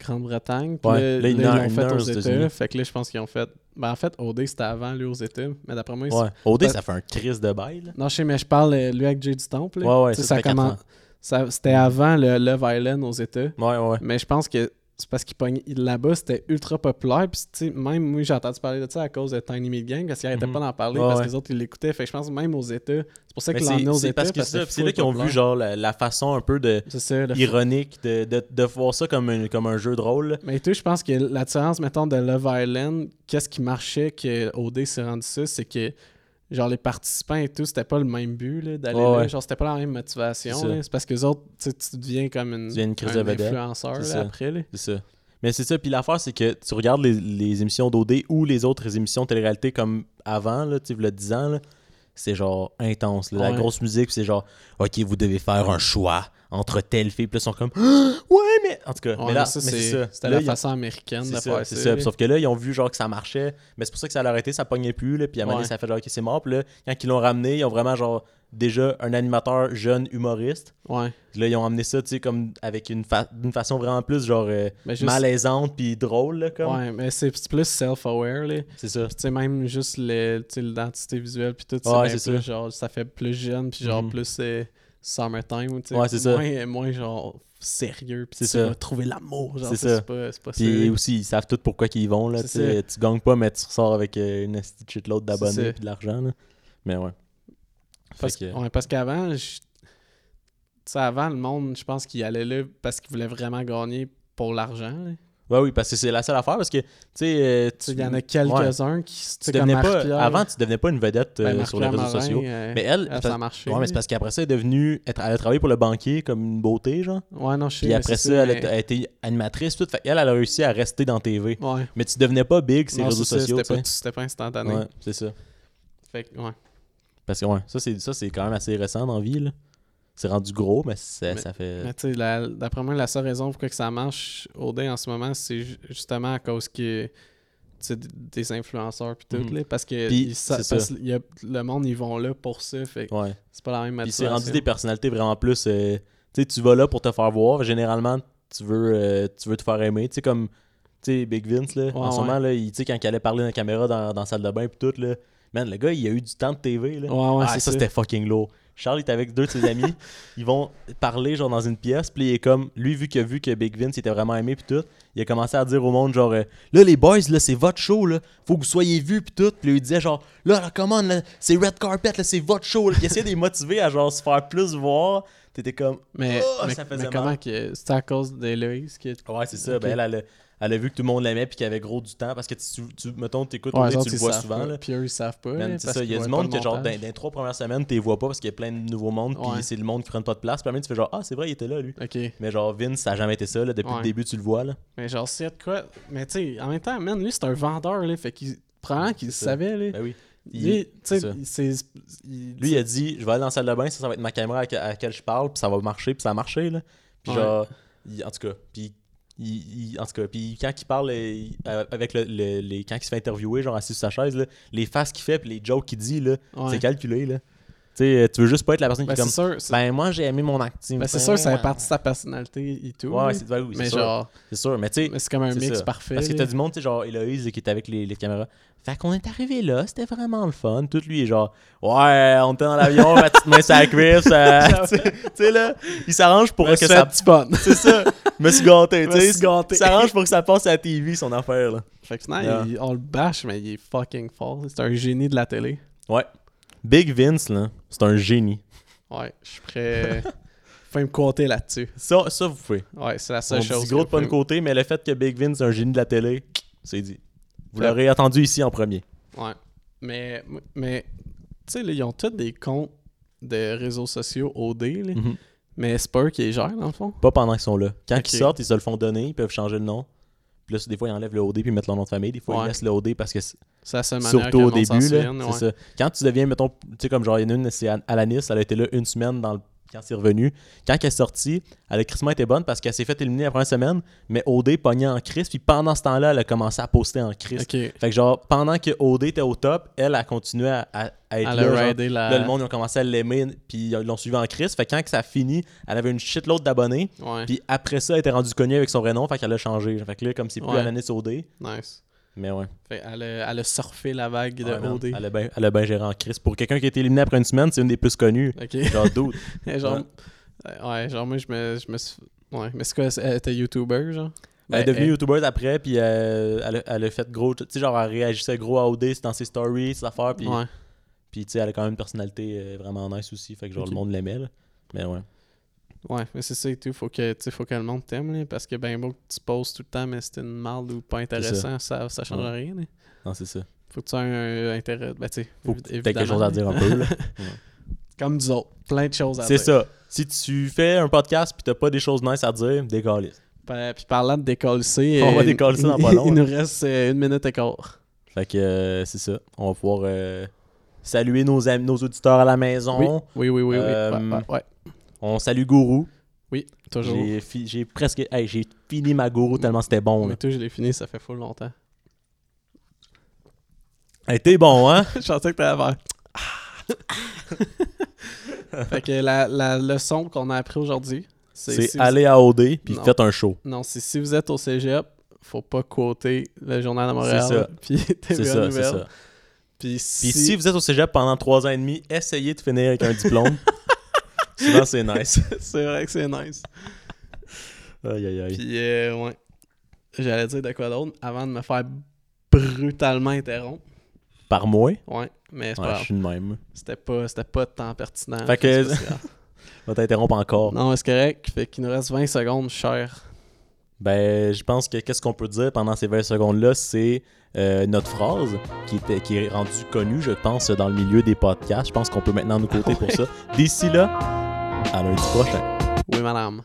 S2: Grande-Bretagne. Puis
S1: Ouais,
S2: là,
S1: là, il y en
S2: là,
S1: a-
S2: ils l'ont
S1: il y en
S2: fait
S1: a un
S2: aux
S1: aux
S2: États.
S1: États-Unis.
S2: Fait que là, je pense qu'ils ont fait. Ben, en fait, OD, c'était avant, lui, aux États. Mais d'après moi, ils-
S1: Ouais. OD,
S2: Ben-
S1: ça fait un crise de bail. là.
S2: non, je sais, mais je parle, euh, lui, avec Jay du Temple.
S1: Ouais, ouais,
S2: Tu sais,
S1: ça,
S2: ça
S1: ça fait quatre
S2: commence-
S1: ans.
S2: ça- C'était avant le Love Island aux États.
S1: Ouais, ouais, ouais.
S2: Mais je pense que c'est parce qu'il pognait- il- là-bas, c'était ultra populaire. Puis, tu sais, même moi, j'ai entendu parler de ça à cause de Tiny Meat Gang parce qu'ils n'arrêtaient
S1: Mhm.
S2: pas d'en parler
S1: Ouais,
S2: parce que
S1: ouais.
S2: les autres, ils l'écoutaient. Fait que je pense même aux États. C'est pour ça
S1: Mais
S2: qu'ils l'emmenaient
S1: c'est
S2: aux
S1: c'est
S2: États.
S1: parce que ça,
S2: que
S1: c'est là qu'ils ont vu genre la, la façon un peu de
S2: C'est ça, le fou-
S1: ironique de, de, de voir ça comme un, comme un jeu de rôle. là.
S2: Mais tu sais, je pense que la différence, mettons, de Love Island, qu'est-ce qui marchait que OD s'est rendu ça, c'est que. Genre, les participants et tout, c'était pas le même but là, d'aller
S1: Ouais,
S2: là.
S1: ouais.
S2: Genre, c'était pas la même motivation.
S1: C'est ça.
S2: là. C'est parce que les autres, tu sais, tu deviens comme une,
S1: Tu deviens une crise
S2: un
S1: de vedette.
S2: influenceur
S1: C'est
S2: là,
S1: ça.
S2: après. là.
S1: C'est ça. Mais c'est ça. Puis l'affaire, c'est que tu regardes les, les émissions d'OD ou les autres émissions de télé-réalité comme avant, là, tu sais, le 10 ans, là, c'est genre intense. là. La
S2: Ouais.
S1: grosse musique, puis c'est genre, OK, vous devez faire un choix entre telle fille. Puis là, ils sont comme, Ah, ouais, mais. En tout cas,
S2: Ouais,
S1: mais là,
S2: ça,
S1: mais
S2: c'est-
S1: c'est ça.
S2: c'était
S1: Là,
S2: la
S1: ils-
S2: façon américaine de
S1: C'est
S2: faire
S1: ça, c'est ça. Puis Sauf que là, ils ont vu genre que ça marchait. Mais c'est pour ça que ça l'a arrêté, ça pognait plus. Là, puis à un moment donné,
S2: Ouais.
S1: ça fait genre, OK, c'est mort. Puis là, quand ils l'ont ramené, ils ont vraiment genre déjà un animateur jeune humoriste.
S2: Ouais.
S1: Puis Là, ils ont amené ça, tu sais, comme avec une, fa- d'une façon vraiment plus genre euh,
S2: Mais juste-
S1: malaisante puis drôle, là, comme.
S2: Ouais, mais c'est c'est plus self-aware, là. Puis,
S1: C'est ça.
S2: Tu sais, même juste le- tu sais, l'identité visuelle, puis tout, c'est
S1: Ouais,
S2: bien
S1: c'est
S2: plus,
S1: ça.
S2: genre, ça fait plus jeune, puis genre,
S1: Mhm.
S2: plus... euh, summertime, tu sais.
S1: Ouais, c'est ça.
S2: Moins, euh, moins genre sérieux, puis
S1: C'est
S2: tu
S1: ça.
S2: vas trouver l'amour, genre,
S1: C'est
S2: tu sais,
S1: ça.
S2: c'est pas, c'est pas
S1: Puis
S2: sérieux.
S1: aussi, ils savent tout pourquoi qu'ils y vont. Là, tu
S2: C'est
S1: sais.
S2: ça.
S1: tu gagnes pas, mais tu ressors avec euh, une petite shitload d'abonnés
S2: ça.
S1: et de l'argent. là. Mais ouais. Fait
S2: Parce,
S1: que-
S2: ouais, parce qu'avant, je- tu sais, avant, le monde, je pense qu'il allait là parce qu'il voulait vraiment gagner pour l'argent. là.
S1: Ouais, oui, parce que c'est la seule affaire. Parce que, tu sais, euh, tu-
S2: Il y en a quelques-uns qui se
S1: Tu devenais pas, avant, tu devenais pas une vedette euh,
S2: Ben,
S1: sur les réseaux
S2: Marie-Pierre Ben, Morin,
S1: sociaux.
S2: euh,
S1: mais elle,
S2: elle,
S1: c'est
S2: ça a
S1: parce-
S2: marché.
S1: Ouais, mais c'est parce qu'après ça, elle est devenue. Elle, tra- elle a travaillé pour le banquier comme une beauté, genre.
S2: Ouais, non, je sais,
S1: Puis
S2: mais
S1: après
S2: c'est
S1: ça,
S2: ça,
S1: elle, a-
S2: mais-
S1: elle a été animatrice, tout. Fait qu'elle, elle a réussi à rester dans TV.
S2: Ouais.
S1: Mais tu devenais pas big, ces
S2: Non,
S1: réseaux
S2: c'est ça,
S1: sociaux.
S2: c'était pas-
S1: tu sais.
S2: c'était pas instantané.
S1: Ouais, c'est ça.
S2: Fait que, ouais.
S1: Parce que, ouais, ça, c'est, ça, c'est quand même assez récent dans la vie, là. C'est rendu gros, mais ça,
S2: Mais-
S1: ça fait.
S2: Mais tu sais, la- d'après moi, la seule raison pourquoi que ça marche au day en ce moment, c'est ju- justement à cause que tu sais, d- des influenceurs puis tout
S1: Mhm.
S2: là, parce que
S1: Puis,
S2: ils sa-
S1: c'est ça.
S2: parce qu'il y a- le monde ils vont là pour ça, fait que
S1: Ouais.
S2: c'est pas la même
S1: Puis c'est
S2: maturation.
S1: rendu des personnalités vraiment plus. euh, tu sais, tu vas là pour te faire voir. Généralement, tu veux, euh, tu veux te faire aimer. Tu sais, comme tu sais, Big Vince, là, en ce
S2: ouais.
S1: moment, là, il, tu sais, quand il allait parler dans la caméra dans, dans la salle de bain puis tout, là, man, le gars, il a eu du temps de TV. Là.
S2: Ouais, ouais,
S1: ah,
S2: c'est
S1: ça,
S2: ça.
S1: c'était fucking lourd. Charles est avec deux de ses amis. ils vont parler genre dans une pièce. Puis il est comme, lui, vu que, vu que Big Vince il était vraiment aimé puis tout, il a commencé à dire au monde genre, euh, là, les boys, là, c'est votre show. Là. Faut que vous soyez vus puis tout. Puis là, il disait genre, là, là come on, là, c'est Red Carpet, là, c'est votre show. là. Puis il essayait de les motiver à genre se faire plus voir. T'étais comme,
S2: Mais,
S1: Ah,
S2: mais-
S1: ça faisait
S2: mais
S1: mal.
S2: comment que c'est à cause d'Héloïse que
S1: Ouais, c'est ça.
S2: Ok.
S1: Ben, elle, elle, a- elle a vu que tout le monde l'aimait puis qu'il avait gros du temps parce que tu, tu mettons, t'écoutes,
S2: Ouais,
S1: au
S2: les
S1: dé,
S2: autres,
S1: tu le
S2: ils
S1: vois
S2: savent
S1: souvent.
S2: pas.
S1: Là.
S2: Puis eux, ils savent pas.
S1: Man,
S2: là,
S1: c'est
S2: parce
S1: ça. Il y
S2: qu'ils
S1: a du
S2: voient pas
S1: monde
S2: le
S1: que, genre, dans,
S2: montage.
S1: dans les trois premières semaines, tu les vois pas parce qu'il y a plein de nouveaux mondes, puis
S2: Ouais.
S1: c'est le monde qui prend pas de place. Puis à un moment, tu fais genre, ah, c'est vrai, il était là, lui.
S2: Ok.
S1: Mais genre, Vince, ça a jamais été ça, là. Depuis
S2: Ouais.
S1: le début, tu le vois, là.
S2: Mais genre, c'est de quoi. Mais tu sais, en même temps, man, lui, c'est un vendeur, là. Fait qu'il. Probablement qu'il
S1: ça.
S2: savait, là.
S1: Ben oui. Il-
S2: Lui, tu
S1: c'est
S2: sais,
S1: ça.
S2: il- c'est. il-
S1: Lui, il a dit, je vais aller dans la salle de bain, ça, ça va être ma caméra à, laquelle- à laquelle je parle, puis ça va marcher, puis ça a marché, là. Puis
S2: Ouais.
S1: genre, il- en tout cas, puis. il- il- en tout cas, puis quand il parle euh, il- euh, avec le, le- les, quand il se fait interviewer, genre assis sur sa chaise, là, les faces qu'il fait puis les jokes qu'il dit, là,
S2: Ouais.
S1: c'est calculé. Là. Tu sais, euh, tu veux juste pas être la personne
S2: Ben,
S1: qui est
S2: c'est
S1: comme
S2: sûr. c'est-
S1: Ben moi j'ai aimé mon activité.
S2: Ben, c'est sûr, ça fait
S1: Ouais.
S2: partie de sa personnalité et tout.
S1: Ouais,
S2: là.
S1: c'est ouais, oui, c'est
S2: Mais
S1: sûr.
S2: genre,
S1: C'est sûr, mais tu sais.
S2: mais c'est comme un
S1: c'est
S2: mix
S1: ça.
S2: parfait.
S1: Parce que
S2: là.
S1: t'as du monde, tu sais, genre Héloïse qui est avec les, les caméras. Fait qu'on est arrivé là, c'était vraiment le fun. Tout lui est genre, ouais, on était dans l'avion, ma petite main sur la cuisse. euh, tu sais- tu sais, là, il s'arrange pour
S2: Mais
S1: que
S2: c'est
S1: ça.
S2: un petit fun.
S1: C'est ça, je me suis gâté,
S2: Me
S1: tu sais.
S2: suis gâté.
S1: Il s'arrange pour que ça passe à la TV, son affaire, là.
S2: Fait que sinon,
S1: Yeah.
S2: il- on le bâche, mais il est fucking fort. C'est un génie de la télé.
S1: Ouais. Big Vince, là, c'est un génie.
S2: Ouais, je suis prêt. Faut me compter là-dessus.
S1: Ça, ça vous pouvez.
S2: Ouais, c'est la seule
S1: On
S2: chose.
S1: dit gros de
S2: que-
S1: pas de côté, mais le fait que Big Vince est un génie de la télé, c'est dit. Vous
S2: Ouais.
S1: l'aurez attendu ici en premier.
S2: Ouais. Mais, mais tu sais, là, ils ont tous des comptes de réseaux sociaux OD, là.
S1: Mhm.
S2: Mais c'est pas eux qui les gèrent, dans le fond.
S1: Pas pendant qu'ils sont là. Quand
S2: Ok.
S1: ils sortent, ils se le font donner, ils peuvent changer le nom. Puis là, des fois, ils enlèvent le OD puis ils mettent leur nom de famille. Des fois,
S2: Ouais.
S1: ils laissent le OD parce que, c'est-
S2: C'est la seule manière
S1: surtout
S2: que
S1: au
S2: le monde
S1: début,
S2: s'en
S1: là,
S2: souvienne,
S1: c'est
S2: ouais.
S1: ça. Quand tu deviens, mettons, tu sais, comme genre, il y en a une, c'est An- Alanis, elle a été là une semaine dans le- quand c'est revenu. Quand elle est sortie, elle a crissement été bonne parce qu'elle s'est fait éliminer la première semaine, mais OD pognait en crise. Puis pendant ce temps-là, elle a commencé à poster en crise.
S2: Ok.
S1: Fait que genre, pendant que OD était au top, elle a continué à, à- à être
S2: Elle a
S1: là. genre.
S2: ridé la-
S1: Là, le monde, ils ont commencé à l'aimer, puis ils l'ont suivi en crise. Fait que quand que ça a fini, elle avait une shitload d'abonnés.
S2: Ouais.
S1: Puis après ça, elle était rendue connue avec son vrai nom, fait qu'elle a changé. Fait que là, comme c'est plus
S2: Ouais.
S1: Alanis OD,
S2: Nice.
S1: mais ouais.
S2: Fait, elle, a, elle a surfé la vague de
S1: Ouais, man,
S2: OD.
S1: Ah, Elle a bien ben géré en crise. Pour quelqu'un qui a été éliminé après une semaine, c'est une des plus connues.
S2: Ok.
S1: Genre, doute.
S2: genre, ouais. genre, moi, je me, je me suis. Ouais, mais c'est quoi, c'est- elle était YouTuber, genre? Ben,
S1: elle est devenue
S2: elle-
S1: youtubeuse après, puis euh, elle, a, elle a fait gros. Tu sais, genre, elle réagissait gros à OD, c'est dans ses stories, ses affaires, puis
S2: Ouais.
S1: puis, tu sais, elle a quand même une personnalité euh, vraiment nice aussi, fait que genre,
S2: Ok.
S1: le monde l'aimait, là. Mais ouais.
S2: Ouais, mais c'est ça et tout. Faut que, tu sais, faut que le monde t'aime, là, Parce que ben beau que tu poses tout le temps, mais c'était une marde ou pas intéressant, ça, ça change
S1: Ouais.
S2: rien, là.
S1: Non, c'est ça.
S2: Faut que tu aies un, intérêt. Ben, tu sais,
S1: Faut
S2: évi-
S1: que t'aies quelque
S2: évidemment,
S1: chose à dire un peu, là.
S2: Comme nous autres. Plein de choses à
S1: C'est
S2: dire.
S1: ça. Si tu fais un podcast puis t'as pas des choses nice à dire, décalisse.
S2: Pa- Ben, Puis parlant de décoller, euh,
S1: On va décoller dans pas long,
S2: Il
S1: là.
S2: nous reste euh, une minute et quart.
S1: Fait que euh, c'est ça. On va pouvoir euh, saluer nos, am- nos auditeurs à la maison.
S2: Oui, oui, oui, oui. oui.
S1: Euh,
S2: Ouais, ouais, ouais.
S1: On salue Gourou.
S2: Oui, toujours.
S1: J'ai fi- j'ai presque. hey, j'ai fini ma Gourou tellement c'était bon.
S2: Mais
S1: là.
S2: tout, je l'ai fini, ça fait full longtemps.
S1: Hey, t'es bon, hein?
S2: je sentais que t'allais faire. Ah! fait que la, la leçon qu'on a appris aujourd'hui,
S1: C'est
S2: si vous-
S1: aller à OD puis
S2: Non.
S1: faites un show.
S2: Non, c'est si vous êtes au cégep, faut pas quoter le journal de
S1: C'est ça.
S2: Montréal. Puis
S1: C'est ça, c'est
S2: TVA
S1: ça.
S2: Nouvelle. Puis
S1: Puis
S2: si,
S1: si vous êtes au cégep pendant trois ans et demi, essayez de finir avec un diplôme. Souvent, c'est nice.
S2: c'est vrai que c'est nice.
S1: Aïe, aïe, aïe.
S2: Puis, euh, ouais. J'allais dire de quoi d'autre avant de me faire brutalement interrompre.
S1: Par mois?
S2: Ouais, mais c'est
S1: Ouais, je
S2: pas grave.
S1: suis de même.
S2: C'était pas, c'était pas de temps pertinent.
S1: Fait que-
S2: c'est pas si grave.
S1: On va t'interrompre encore.
S2: Non, mais c'est correct. Fait qu'il nous reste 20 secondes, cher.
S1: Ben, je pense que qu'est-ce qu'on peut dire pendant ces 20 secondes-là, c'est euh, notre phrase qui, était, qui est rendue connue, je pense, dans le milieu des
S2: Ah
S1: podcasts. Je pense qu'on peut maintenant nous coter pour ça. D'ici là, à lundi prochain.
S2: Oui, madame.